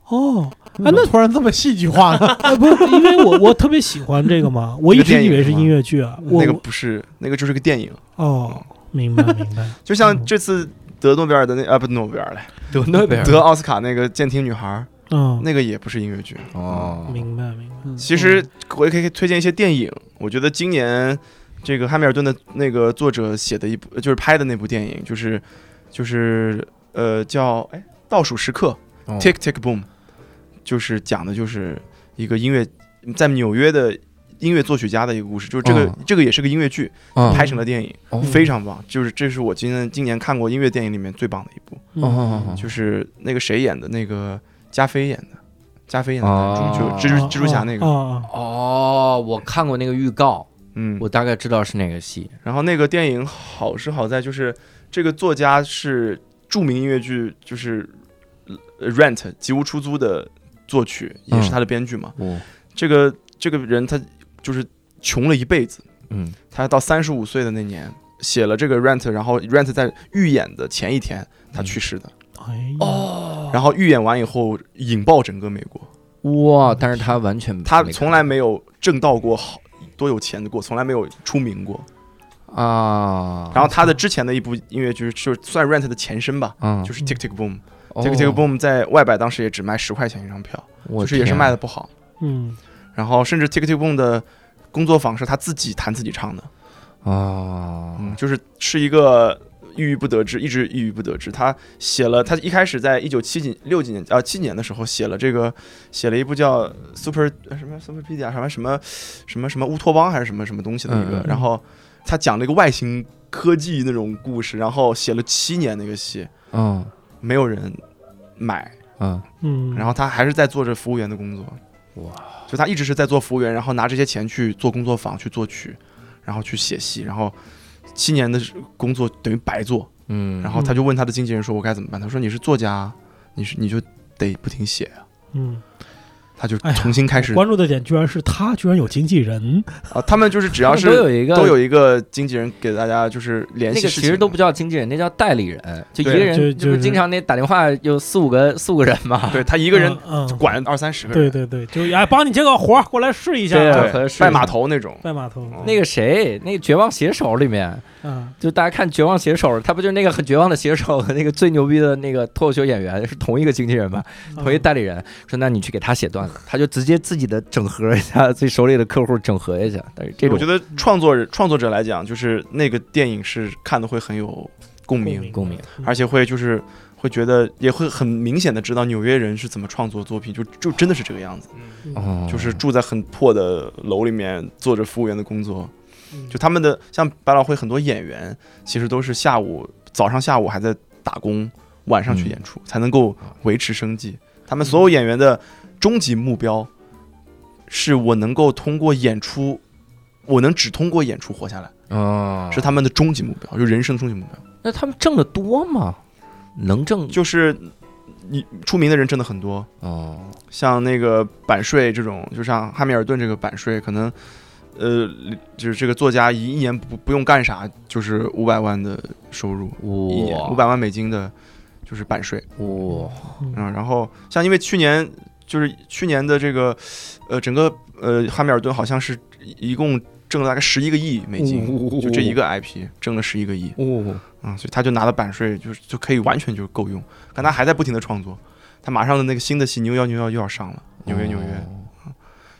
哦。嗯啊，那突然这么戏剧化 呢？啊，不是，因为我我特别喜欢这个 嘛，我一那个直电以影为是是吗音乐剧啊，我那个不是，那个就是个电影，哦，明白明 白，就像这次得诺贝尔的那啊不诺贝尔嘞，德诺贝得奥斯卡那个《监听女孩儿》，嗯，那个也不是音乐剧。 哦，明白明白， 其实嗯我也可以推荐一些电影，我觉得今年这个汉密尔顿的那个作者写的一部，就是拍的那部电影，就是就是呃叫哎倒数时刻哦 Tick Tick Boom，就是讲的就是一个音乐在纽约的音乐作曲家的一个故事，就是这个哦这个也是个音乐剧，嗯拍成了电影，哦非常棒。就是这是我今年今年看过音乐电影里面最棒的一部，嗯哦哦哦就是那个谁演的，那个加菲演的，加菲演的哦男主，就是蜘蛛蜘蛛侠那个，啊，哦，我看过那个预告，嗯我。大概知道是哪个戏。然后那个电影好是好在就是这个作家是著名音乐剧就是呃 Rent《吉屋出租》的作曲，也是嗯他的编剧嘛。哦，这个这个人他就是穷了一辈子，嗯，他到三十五岁的那年写了这个 Rent，然后 Rent 在预演的前一天他去世的。哎哦，然后预演完以后引爆整个美国，哇！但是他完全他没看从来没有挣到过好多有钱的过，从来没有出名过。啊，然后他的之前的一部音乐剧就是算 Rent 的前身吧，嗯，就是 Tick Tick Boom。哦 Tick Tick Boom 在外百当时也只卖十块钱一张票，我就是也是天啊卖的不好。嗯，然后甚至 Tick Tick Boom 的工作坊是他自己弹自己唱的，啊，嗯，就是是一个郁郁不得志，一直郁郁不得志。他写了，他一开始在一九七几六几年啊七年的时候写了这个，写了一部叫 Super 呃什么 Superpedia 什么什么什么什么乌托邦还是什么什么东西的一个，嗯嗯然后他讲了一个外星科技那种故事，然后写了七年那个戏，嗯没有人买，嗯，嗯，然后他还是在做着服务员的工作，哇！就他一直是在做服务员，然后拿这些钱去做工作坊、去作曲，然后去写戏，然后七年的工作等于白做。嗯，然后他就问他的经纪人说：“我该怎么办？”他说：“你是作家啊，你是你就得不停写啊。嗯，”他就哎呀重新开始关注的点居然是他居然有经纪人，啊，他们就是只只要是都有一个都有一个经纪人给大家就是联那系个事其情实都不叫经纪人，那叫代理人，就一个对人，就不就是是经常那打电话有四五个四五个人 嘛，对他一个人嗯，嗯管二三十个对人，对对，就哎帮你接个活儿过来试一下，对对合适拜码头那种。拜码头，那个谁，那个《绝望写手》里面，哦嗯，就大家看《绝望写手》，他不就是那个很绝望的写手和那个最牛逼的那个脱口秀演员是同一个经纪人吧？嗯同一代理人说，那你去给他写段子，他就直接自己的整合一下，自己手里的客户整合一下。但是这我种觉得创作人创作者来讲，就是那个电影是看的会很有共鸣，鸣嗯共鸣，而且会就是会觉得也会很明显的知道纽约人是怎么创作作品，就就真的是这个样子，嗯哦，就是住在很破的楼里面做着服务员的工作，嗯就他们的像百老汇很多演员其实都是下午早上下午还在打工，晚上去演出、才能够维持生计，他们所有演员的终极目标是我能够通过演出，我能只通过演出活下来，哦是他们的终极目标，就人生终极目标。那他们挣的多吗？能挣就是你出名的人真的很多，哦，像那个版税这种，就像汉密尔顿这个版税，可能呃，就是这个作家一一年不不用干啥，就是五百万的收入，一年五哇百万美金的，就是版税。哇，嗯，然后像因为去年就是去年的这个呃整个呃汉密尔顿好像是一共挣了大概十一个亿美金，就这一个 IP 挣了十一个亿，哦，嗯，所以他就拿了版税，就是就可以完全就够用。但他还在不停的创作，他马上的那个新的戏《牛妖牛妖》又要上了，《哦纽约纽约》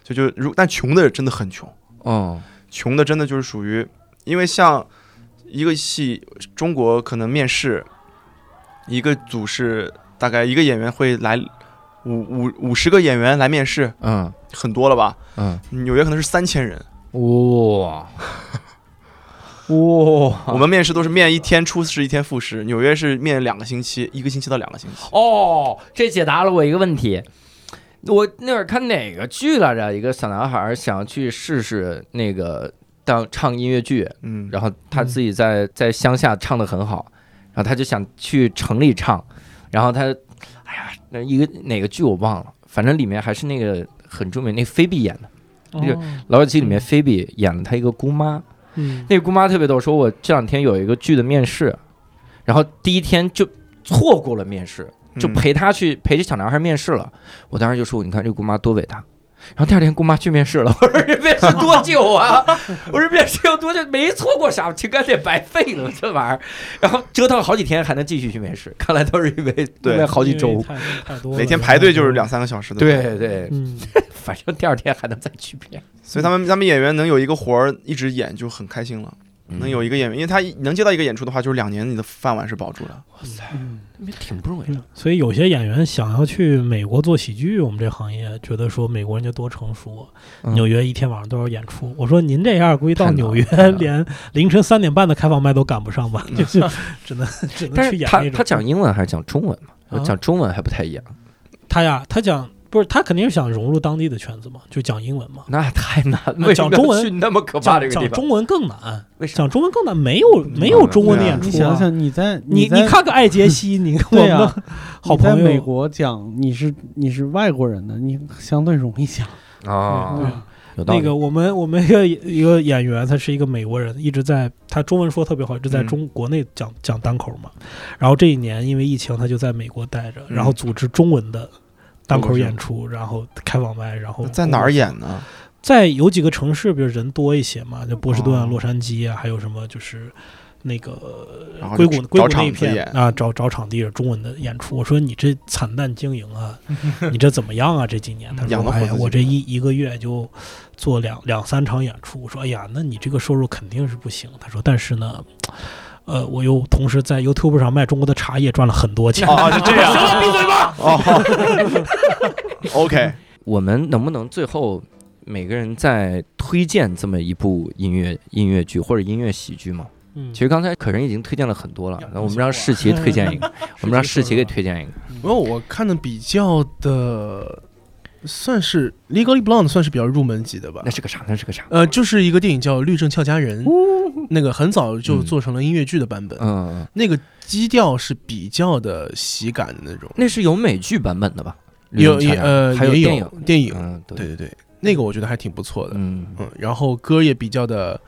所以就如但穷的真的很穷，哦，穷的真的就是属于，因为像一个戏，中国可能面试一个组是大概一个演员会来五五五十个演员来面试，嗯很多了吧？嗯，纽约可能是三千人，哇哇，我们面试都是面一天初试一天复试，纽约是面两个星期，一个星期到两个星期。哦，这解答了我一个问题。我那会儿看哪个剧来着？一个小男孩儿想要去试试那个当唱音乐剧，嗯，然后他自己在在乡下唱的很好，然后他就想去城里唱，然后他，哎呀，那一个哪个剧我忘了，反正里面还是那个很著名，那菲比演的这哦《老友记》里面菲比演了她一个姑妈，嗯那个姑妈特别逗，说我这两天有一个剧的面试，然后第一天就错过了面试，就嗯陪他去陪这小男孩面试了。我当时就说，你看这姑妈多伟大。然后第二天姑妈去面试了，我说这面试多久啊？ 我说面试有多久？没错过啥，情感得白费了这玩意儿。然后折腾了好几天还能继续去面试，看来都是 因为对因为好几因为周。太太多了，每天排队就是两三个小时的。对对， 嗯，反正第二天还能再去面。所以他们他们演员能有一个活儿一直演就很开心了，嗯能有一个演员，因为他一能接到一个演出的话，就是两年你的饭碗是保住了。挺不容易的嗯，所以有些演员想要去美国做喜剧，我们这行业觉得说美国人家多成熟，嗯纽约一天晚上都要演出。我说您这样估计到太难纽约太难了连凌晨三点半的开放麦都赶不上吧，就是只能只能但去是演他那种。他讲英文还是讲中文嘛？啊讲中文还不太一样，他呀，他讲不是他肯定是想融入当地的圈子嘛，就讲英文嘛。 那太难了。为什么讲中文要去那么可怕讲这个地讲方？中文更难，为啥讲中文更难，没有没有中文的演你出啊想。想，你在你啊在你看个艾杰西，你我对们啊呀的好你在朋友美国讲你是你是外国人的，你相对容易讲。嗯啊，有道理那个我们我们一个一个演员，他是一个美国人，一直在他中文说特别好，一直在嗯中国内讲、讲单口嘛。然后这一年因为疫情，他就在美国待着，嗯然后组织中文的单口中国演出，然后开网麦，然后在哪啊儿？演呢？在有几个城市，比如人多一些嘛，就波士顿、啊、哦洛杉矶啊，还有什么就是那个然后硅就谷硅找谷那一场 子片演。啊，找找场地中文的演出。我说你这惨淡经营 啊，你这怎么样啊？这几年他嗯养说得活哎呀自，己我这一一个月就做两两三场演出。我说哎呀，那你这个收入肯定是不行。他说但是呢。呃，我又同时在 YouTube 上卖中国的茶叶，赚了很多钱。哦，是这样。行了，闭嘴吧。哦 ，OK，我们能不能最后每个人再推荐这么一部音乐音乐剧或者音乐喜剧吗？嗯其实刚才可人已经推荐了很多了要，那我们让 世奇推荐一 个，我们让世奇给推荐一个。因为我看的比较的，算是《Legally Blonde》算是比较入门级的吧那。是个啥？那是个啥？呃，就是一个电影叫《律政俏佳人》，那个很早就嗯做成了音乐剧的版本，嗯，嗯那个基调是比较的喜感的那种。那是有美剧版本的吧？有绿灯恰也恰呃还有也电有影，电影，嗯，对，对对，那个我觉得还挺不错的。嗯，嗯，然后歌也比较的，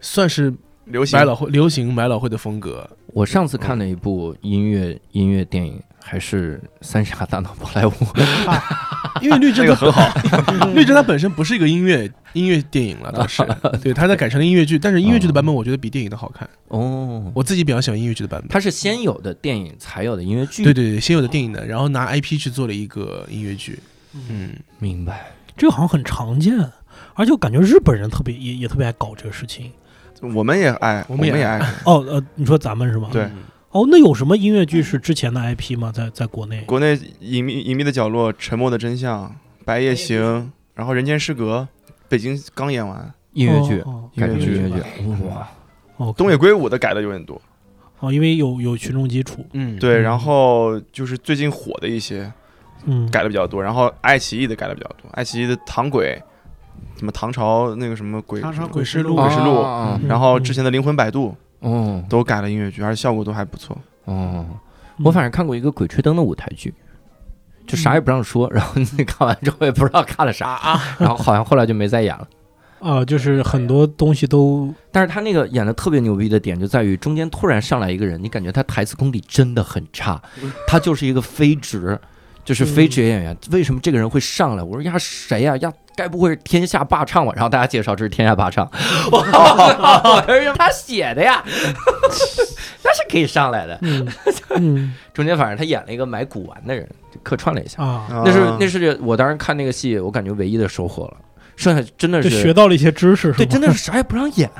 算是流行百老汇流行百老汇的 风格。我上次看了一部音乐音乐电影，还是《三傻大闹宝莱坞》。因为律这政个它很好。 律政它本身不是一个音乐音乐电影了，倒是对，它在改成了音乐剧，但是音乐剧的版本我觉得比电影的好看，哦，我自己比较喜欢音乐剧的版本。它是先有的电影才有的音乐剧。对，对对，先有的电影的，然后拿 IP 去做了一个音乐剧，嗯，明白。这个好像很常见，而且我感觉日本人特别也也特别爱搞这个事情。我们也爱，我我们也们也爱。哦，呃，你说咱们是吗？对哦，那有什么音乐剧是之前的 IP 吗？在在国内？国内隐秘隐秘的角落、沉默的真相、白夜行，然后人间失格，北京刚演完，音乐剧，哦改成音音乐乐剧，哇，哦，东野野圭吾的改的有点多。哦，因为有有群众基础，嗯，对，嗯然后就是最近火的一些嗯，改的比较多，然后爱奇艺的改的比较多，爱奇艺的《糖鬼》什么唐朝那个什么鬼长城鬼鬼事录鬼事录，哦然后之前的灵魂摆渡哦都改了音乐剧，而且效果都还不错。哦，我反正看过一个《鬼吹灯》的舞台剧，就啥也不让说，然后你看完之后也不知道看了啥嗯啊，然后好像后来就没再演了。啊，就是很多东西 都但是他那个演的特别牛逼的点就在于中间突然上来一个人，你感觉他台词功底真的很差，他就是一个非职，就是非职业演员。为什么这个人会上来？我说呀谁呀、呀，该不会是天下霸唱吧？然后大家介绍这是天下霸唱，我操，我说他写的呀， 他是可以上来的。嗯嗯中间反正他演了一个买古玩的人，就客串了一下。啊，那是啊那是我当时看那个戏，我感觉唯一的收获了，剩下真的就是学到了一些知识，对，真的的是啥也不让演。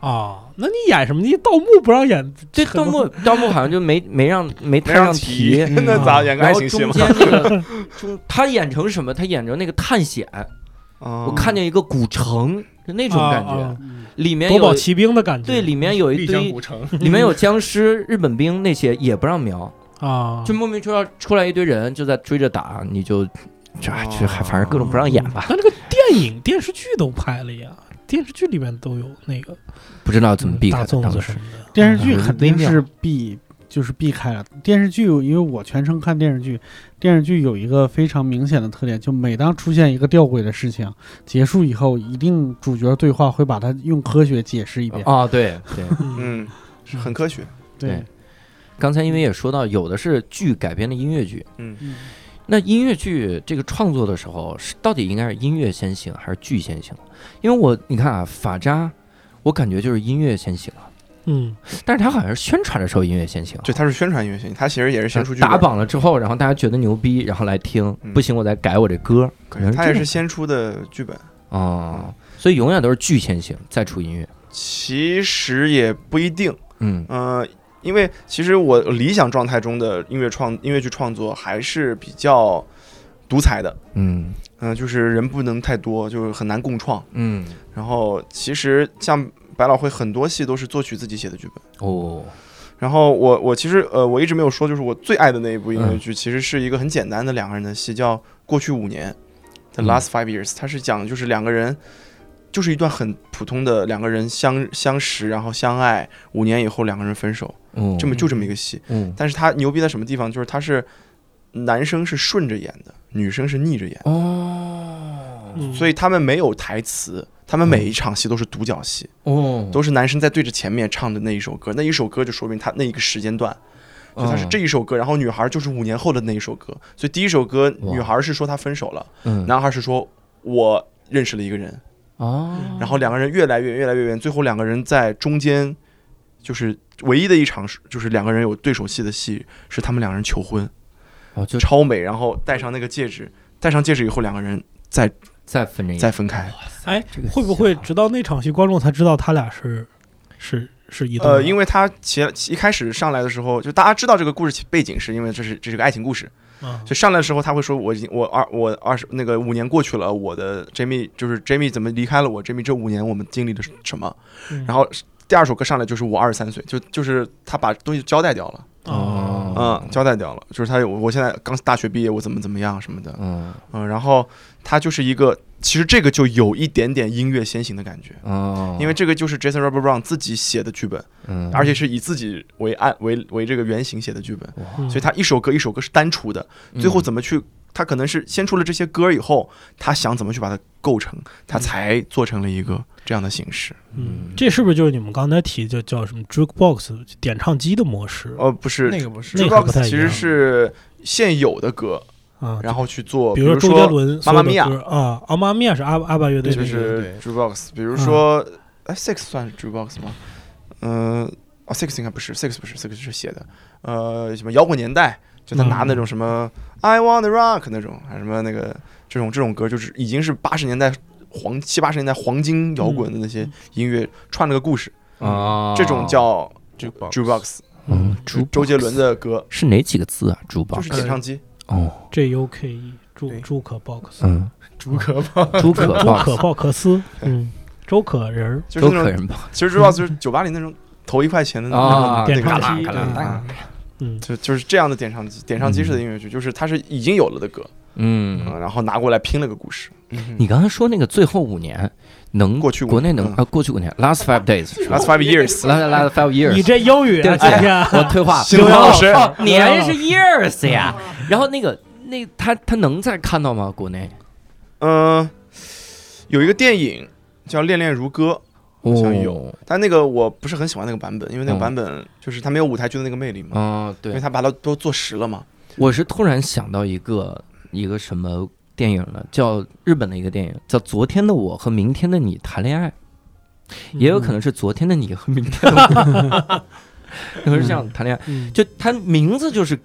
啊。那你演什么？你盗墓不让演，这可盗能墓盗墓好像就没没让没太没让提提，那 那咋咋演嗯个然爱后情戏中吗？间那个中他演成什么？他演成那个探险，我我看见一个古城，就那种感啊啊觉，嗯里面夺宝有奇兵的感觉，对，里面有一丽江堆古，城，里面有僵尸、日本兵那些也不让瞄， 啊，就莫名其妙出来一堆人就在追着打，你就这哦这还反正各种不让演吧，但这个电影、电视剧都拍了呀，电视剧里面都有那个不知道怎么避开大的粽当子时什。么的。电视剧嗯肯微定妙是避，就是避开了。电视剧，因为我全程看电视剧，电视剧有一个非常明显的特点，就每当出现一个吊诡的事情结束以后，一定主角对话会把它用科学解释一遍。啊，对对，嗯，是很科学。对刚才因为也说到，有的是剧改编的音乐剧，嗯嗯，那音乐剧这个创作的时候，是到底应该是音乐先行还是剧先行？因为我你看啊，法扎，我感觉就是音乐先行啊，嗯，但是他好像是宣传的时候音乐先行啊，对，他是宣传音乐性，他其实也是先出剧本打，榜了之后，然后大家觉得牛逼，然后来听，嗯不行我再改我这歌，可能他也这是样先出的剧本。哦，所以永远都是剧先行，再出音乐，其实也不一定，嗯嗯，因为其实我理想状态中的音乐创音乐剧创作还是比较独裁的，嗯嗯、就是人不能太多，就是很难共创。嗯，然后其实像百老汇很多戏都是作曲自己写的剧本。哦，然后我我其实呃我一直没有说，就是我最爱的那一部音嗯乐剧，其实是一个很简单的两个人的戏，叫《过去五年》（The 嗯 Last Five Years）。它是讲的就是两个人，就是一段很普通的两个人相相识，然后相爱五年以后两个人分手，哦，这么就这么一个戏。嗯，但是它牛逼在什么地方？就是它是男生是顺着演的，女生是逆着演，哦嗯所以他们没有台词。他们每一场戏都是独角戏，哦，都是男生在对着前面唱的那一首歌，那一首歌就说明他那一个时间段就它是嗯哦这一首歌，然后女孩就是五年后的那一首歌，所以第一首歌哇女孩是说她分手了，嗯，男孩是说我认识了一个人，哦，然后两个人越来越远越来越远，最后两个人在中间就是唯一的一场是就是两个人有对手戏的戏是他们两人求婚，哦就超美，然后戴上那个戒指，戴上戒指以后两个人再分这一再分开，哎这个，会不会直到那场戏观众才知道他俩是是是一对？呃，因为他前一开始上来的时候，就大家知道这个故事背景是因为这是这是个爱情故事，啊就上来的时候，他会说我已经我二我二十那个五年过去了，我的 Jamie 就是 Jamie 怎么离开了我？Jamie 这五年我们经历了什么？嗯然后第二首歌上来就是我二十三岁，就就是他把东西交代掉了，啊，哦嗯，交代掉了，就是他有我现在刚大学毕业，我怎么怎么样什么的，嗯嗯，然后他就是一个，其实这个就有一点点音乐先行的感觉。哦，因为这个就是 Jason Robert Brown 自己写的剧本，嗯而且是以自己为案为为这个原型写的剧本，嗯所以他一首歌一首歌是单出的，最嗯后怎么去？他可能是先出了这些歌以后，他想怎么去把它构成，他才做成了一个这样的形式。嗯，这是不是就是你们刚才提就叫什么 jukebox 点唱机的模式呃，不是那个不是那个 b o 不 x 太一其实样是现有的歌，啊？然后去做，比比如如周杰说伦妈所有妈的咪呀歌啊，啊，妈妈咪呀是阿阿爸乐队就那个是对 j u b o x 比如说哎 Six 算 j u b o x 吗？嗯，啊 Six 应该不是，Six 不是，Six 是写的，呃，什么摇滚年代，就他拿那种什么 I Wanna Rock 那种，还是什么那个这种这种歌，就是已经是八十年代黄七八十年代黄金摇滚的那些音乐串了个故事，啊，这种叫 Jukebox jukebox，嗯，就竹周杰伦的歌，是哪几个字啊？竹宝就是点唱机。哦， J U K E 朱对朱可 box 嗯，竹壳吧，朱可朱豹，可鲍克斯，嗯，周可人儿，就是周那可种，嗯人豹其实 jukebox 就是九八零那种投一块钱的啊那种那点个唱啥机的对啊嗯就就是这样的点唱机，点唱机式的音乐剧，就是它是已经有了的歌，嗯，嗯然后拿过来拼了个故事。你刚才说那个最后五年能过去五国内年能嗯啊，过去五年 last five days 是吧 That's five years， last last five years， 你这英语对啊，不起今天，我退化。新东方老师哦 年是 years 呀。 然后那个那他他能再看到吗？国内嗯、有一个电影叫《恋恋如歌》，好像有，但那个我不是很喜欢那个版本，因为那嗯个版本就是它没有舞台剧的那个魅力嘛，嗯，因为对，它把它都做实了嘛。我是突然想到一个一个什么电影了，叫日本的一个电影，叫《昨天的我和明天的你谈恋爱》，也有可能是昨天的你和明天的 我，可能是这样谈恋爱。嗯就它名字就是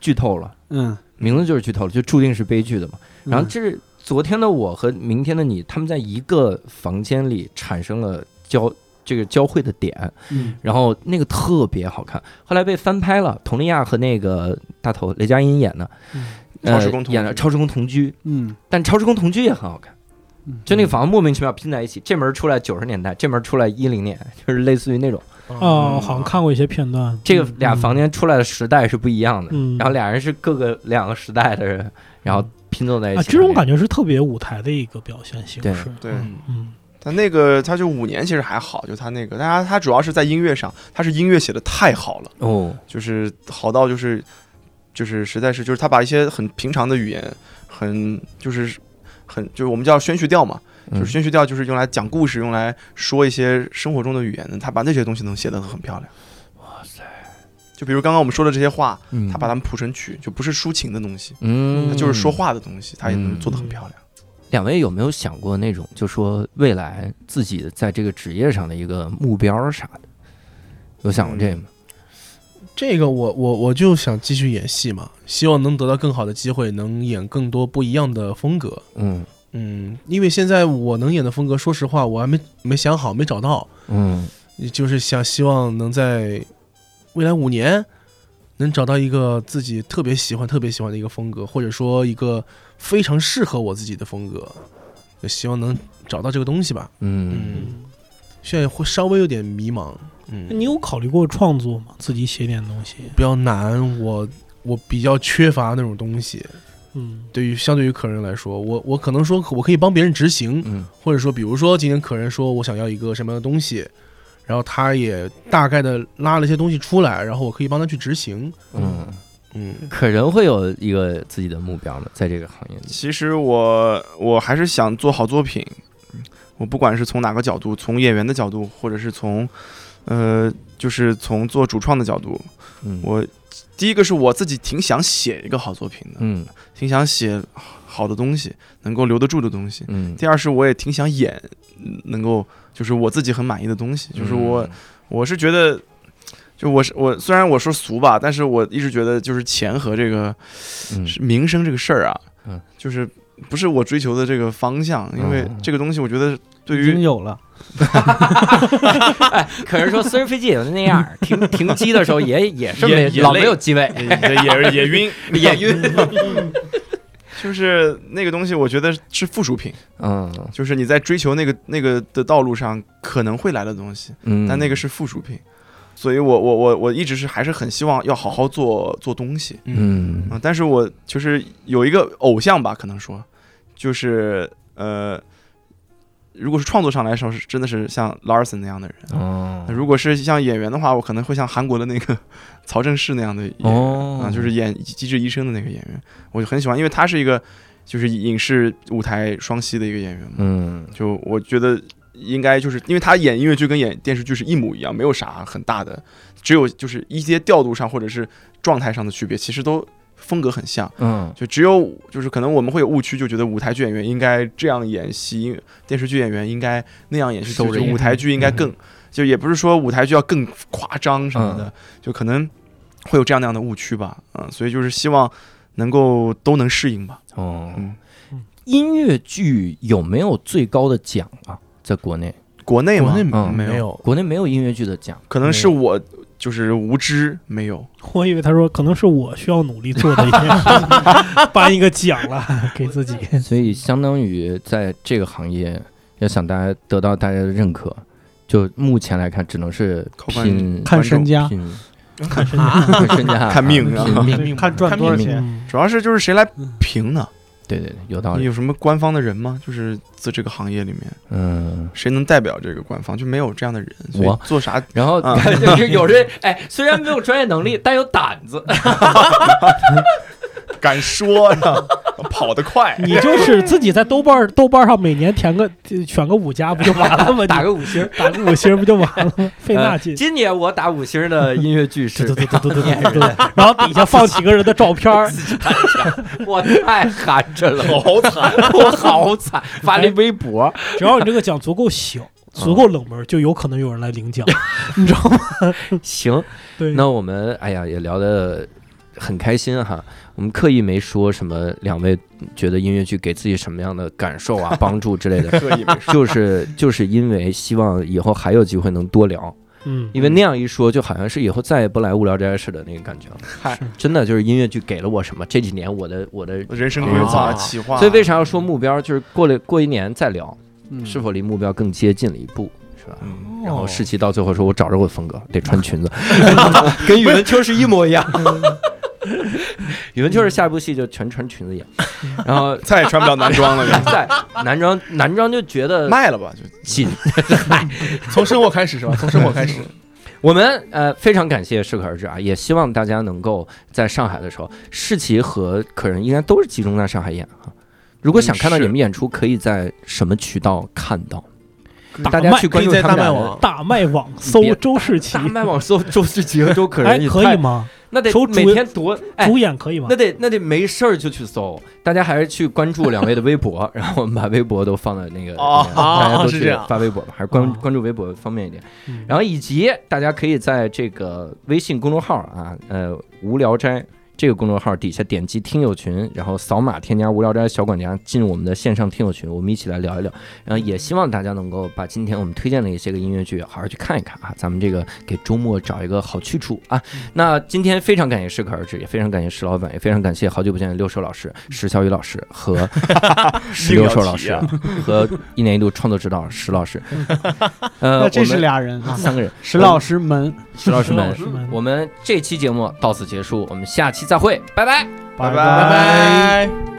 剧透了，嗯，名字就是剧透了，就注定是悲剧的嘛。然后嗯这是昨天的我和明天的你，他们在一个房间里产生了交这个交汇的点，嗯然后那个特别好看，后来被翻拍了，佟丽娅和那个大头雷佳音演的，呃超时空同居演了《超时空同居》，嗯但《超时空同居》也很好看嗯。就那个房子莫名其妙拼在一起，这门出来九十年代，这门出来一零年，就是类似于那种，哦，好像看过一些片段。这个俩房间出来的时代是不一样的，嗯，嗯，然后俩人是各个两个时代的人，然后拼凑在一起的啊，那这种。种感觉是特别舞台的一个表现形对式。对，嗯，但那个它就五年其实还好，就它那个，但它它主要是在音乐上，它是音乐写的太好了，哦，就是好到就是就是实在是就是他把一些很平常的语言，很就是很就是我们叫宣叙调嘛，嗯就是宣叙调就是用来讲故事，用来说一些生活中的语言的，他把那些东西能写得很漂亮。哇塞！就比如刚刚我们说的这些话，嗯他把它们谱成曲，就不是抒情的东西，嗯，它就是说话的东西，他也能嗯做得很漂亮。两位有没有想过那种，就说未来自己在这个职业上的一个目标啥的？有想过这个吗？这个我我我就想继续演戏嘛，希望能得到更好的机会，能演更多不一样的风格。嗯嗯，因为现在我能演的风格，说实话我还没没想好，没找到，嗯就是想希望能在未来五年能找到一个自己特别喜欢、特别喜欢的一个风格，或者说一个非常适合我自己的风格，就希望能找到这个东西吧。嗯嗯，现在会稍微有点迷茫，嗯，你有考虑过创作吗？自己写点东西？比较难，我我比较缺乏那种东西。嗯对于相对于客人来说，我我可能说我可以帮别人执行，嗯或者说比如说今天客人说我想要一个什么样的东西，然后他也大概的拉了一些东西出来，然后我可以帮他去执行。嗯，嗯，可人会有一个自己的目标呢，在这个行业里。其实我我还是想做好作品，我不管是从哪个角度，从演员的角度，或者是从，呃，就是从做主创的角度，嗯，我第一个是我自己挺想写一个好作品的，嗯挺想写好的东西，能够留得住的东西。嗯，第二是我也挺想演，嗯能够就是我自己很满意的东西，嗯就是我、我是觉得，就我是我虽然我说俗吧，但是我一直觉得就是钱和这个嗯是名声这个事儿啊，嗯就是不是我追求的这个方向，因为嗯这个东西我觉得对嗯已经于有了，可是说私人飞机也就那样 儿，停停机的时候也也是没也也老累没有机位， 也也 也晕，也晕。就是那个东西，我觉得是附属品，嗯就是你在追求那个那个的道路上可能会来的东西，嗯，但那个是附属品。所以我我我我一直是还是很希望要好好做做东西，嗯嗯，但是我就是有一个偶像吧，可能说，就是呃，如果是创作上来说，是真的是像 Larson 那样的人。哦如果是像演员的话，我可能会像韩国的那个 曹正奭那样的演员哦啊，就是演《机智医生》的那个演员，我就很喜欢，因为他是一个就是影视舞台双栖的一个演员嘛。嗯就我觉得应该就是因为他演音乐剧跟演电视剧是一模一样，没有啥很大的，只有就是一些调度上或者是状态上的区别，其实都风格很像。嗯就只有就是可能我们会有误区，就觉得舞台剧演员应该这样演戏，因为电视剧演员应该那样演戏，收就着是演舞台剧应该嗯更，就也不是说舞台剧要更夸张什么的，就可能会有这样那样的误区吧，嗯，所以就是希望能够都能适应吧，哦嗯，音乐剧有没有最高的奖啊？在国内，国内国嘛内，嗯没没有有，国内没有音乐剧的奖，可能是我就是无知没有，我以为他说可能是我需要努力做的一件事 情，颁一个奖了给自己。所以相当于在这个行业要想大家得到大家的认可，就目前来看，只能是靠关系拼看 身家，拼看身 看身家， 看命拼命，看赚多少钱，嗯主要是就是谁来评呢？对对对，有嗯道理。有什么官方的人吗？就是在这个行业里面，嗯，谁能代表这个官方？就没有这样的人，所以我 做啥然后、啊就是有人 哎，虽然没有专业能力，但有胆子。 敢说呢？跑得快，你就是自己在豆瓣儿豆瓣上每年填个选个五家不就完了吗？ 打个五星儿，你打个五星不就完了吗？费那呃劲。今年我打五星儿的音乐剧是对对对对对对对，然后底下放几个人的照 片儿，我太寒碜了，好惨， 我好惨，发了一微博，只要你这个奖足够小、足够冷门，就有可能有人来 领奖，你知道吗？行，对，那我们哎呀也聊得很开心哈。我们刻意没说什么，两位觉得音乐剧给自己什么样的感受啊、帮助之类的， 刻意没说。就是就是因为希望以后还有机会能多聊，嗯，因为那样一说，就好像是以后再也不来无聊斋似的那个感觉了。嗨真的就是音乐剧给了我什么？这几年我的我的，人生规划、啊企划，所以为啥要说目标？就是过了过一年再聊，是否离目标更接近了一步，是吧？嗯然后世奇到最后说：“我找着我的风格，得穿裙子，哦 跟宇文秋是一模一样。 宇文秋是下一部戏就全穿裙子演，然后。再也穿不了男装了 在男装男装就觉得卖了吧，就紧。从生活开始是吧？从生活开始，我们呃非常感谢适可而止啊，也希望大家能够在上海的时候，世奇和可人应该都是集中在上海演啊。如果想看到嗯是你们演出，可以在什么渠道看到？大大家麦去可关以注在他们大麦俩 网。大麦网搜周世奇大，麦网搜周世奇和周可哎人，，也可太以吗？那得搜主每天多哎主演可以吗那？得那得没事儿就去搜，大家还是去关注两位的微博， 然后我们把微博都放在那个，哦那个大家都是这去样发微博吧，还是关、哦关注微博方便一点。嗯然后以及大家可以在这个微信公众号啊，呃，无聊斋。这个公众号呃底下点击听友群，然后扫码添加“无聊斋小管家”进我们的线上听友群，我们一起来聊一聊。然后也希望大家能够把今天我们推荐的一些个音乐剧好好去看一看啊，咱们这个给周末找一个好去处啊。那今天非常感谢适可而止，也非常感谢石老板，也非常感谢好久不见的六兽老师、石小雨老师 和石六兽老师啊啊和一年一度创作指导石老 师。呃，那这是我们俩人啊，三个人，石老师们，石老师们石老师们，我们这期节目到此结束，我们下期再会，拜拜。拜拜拜。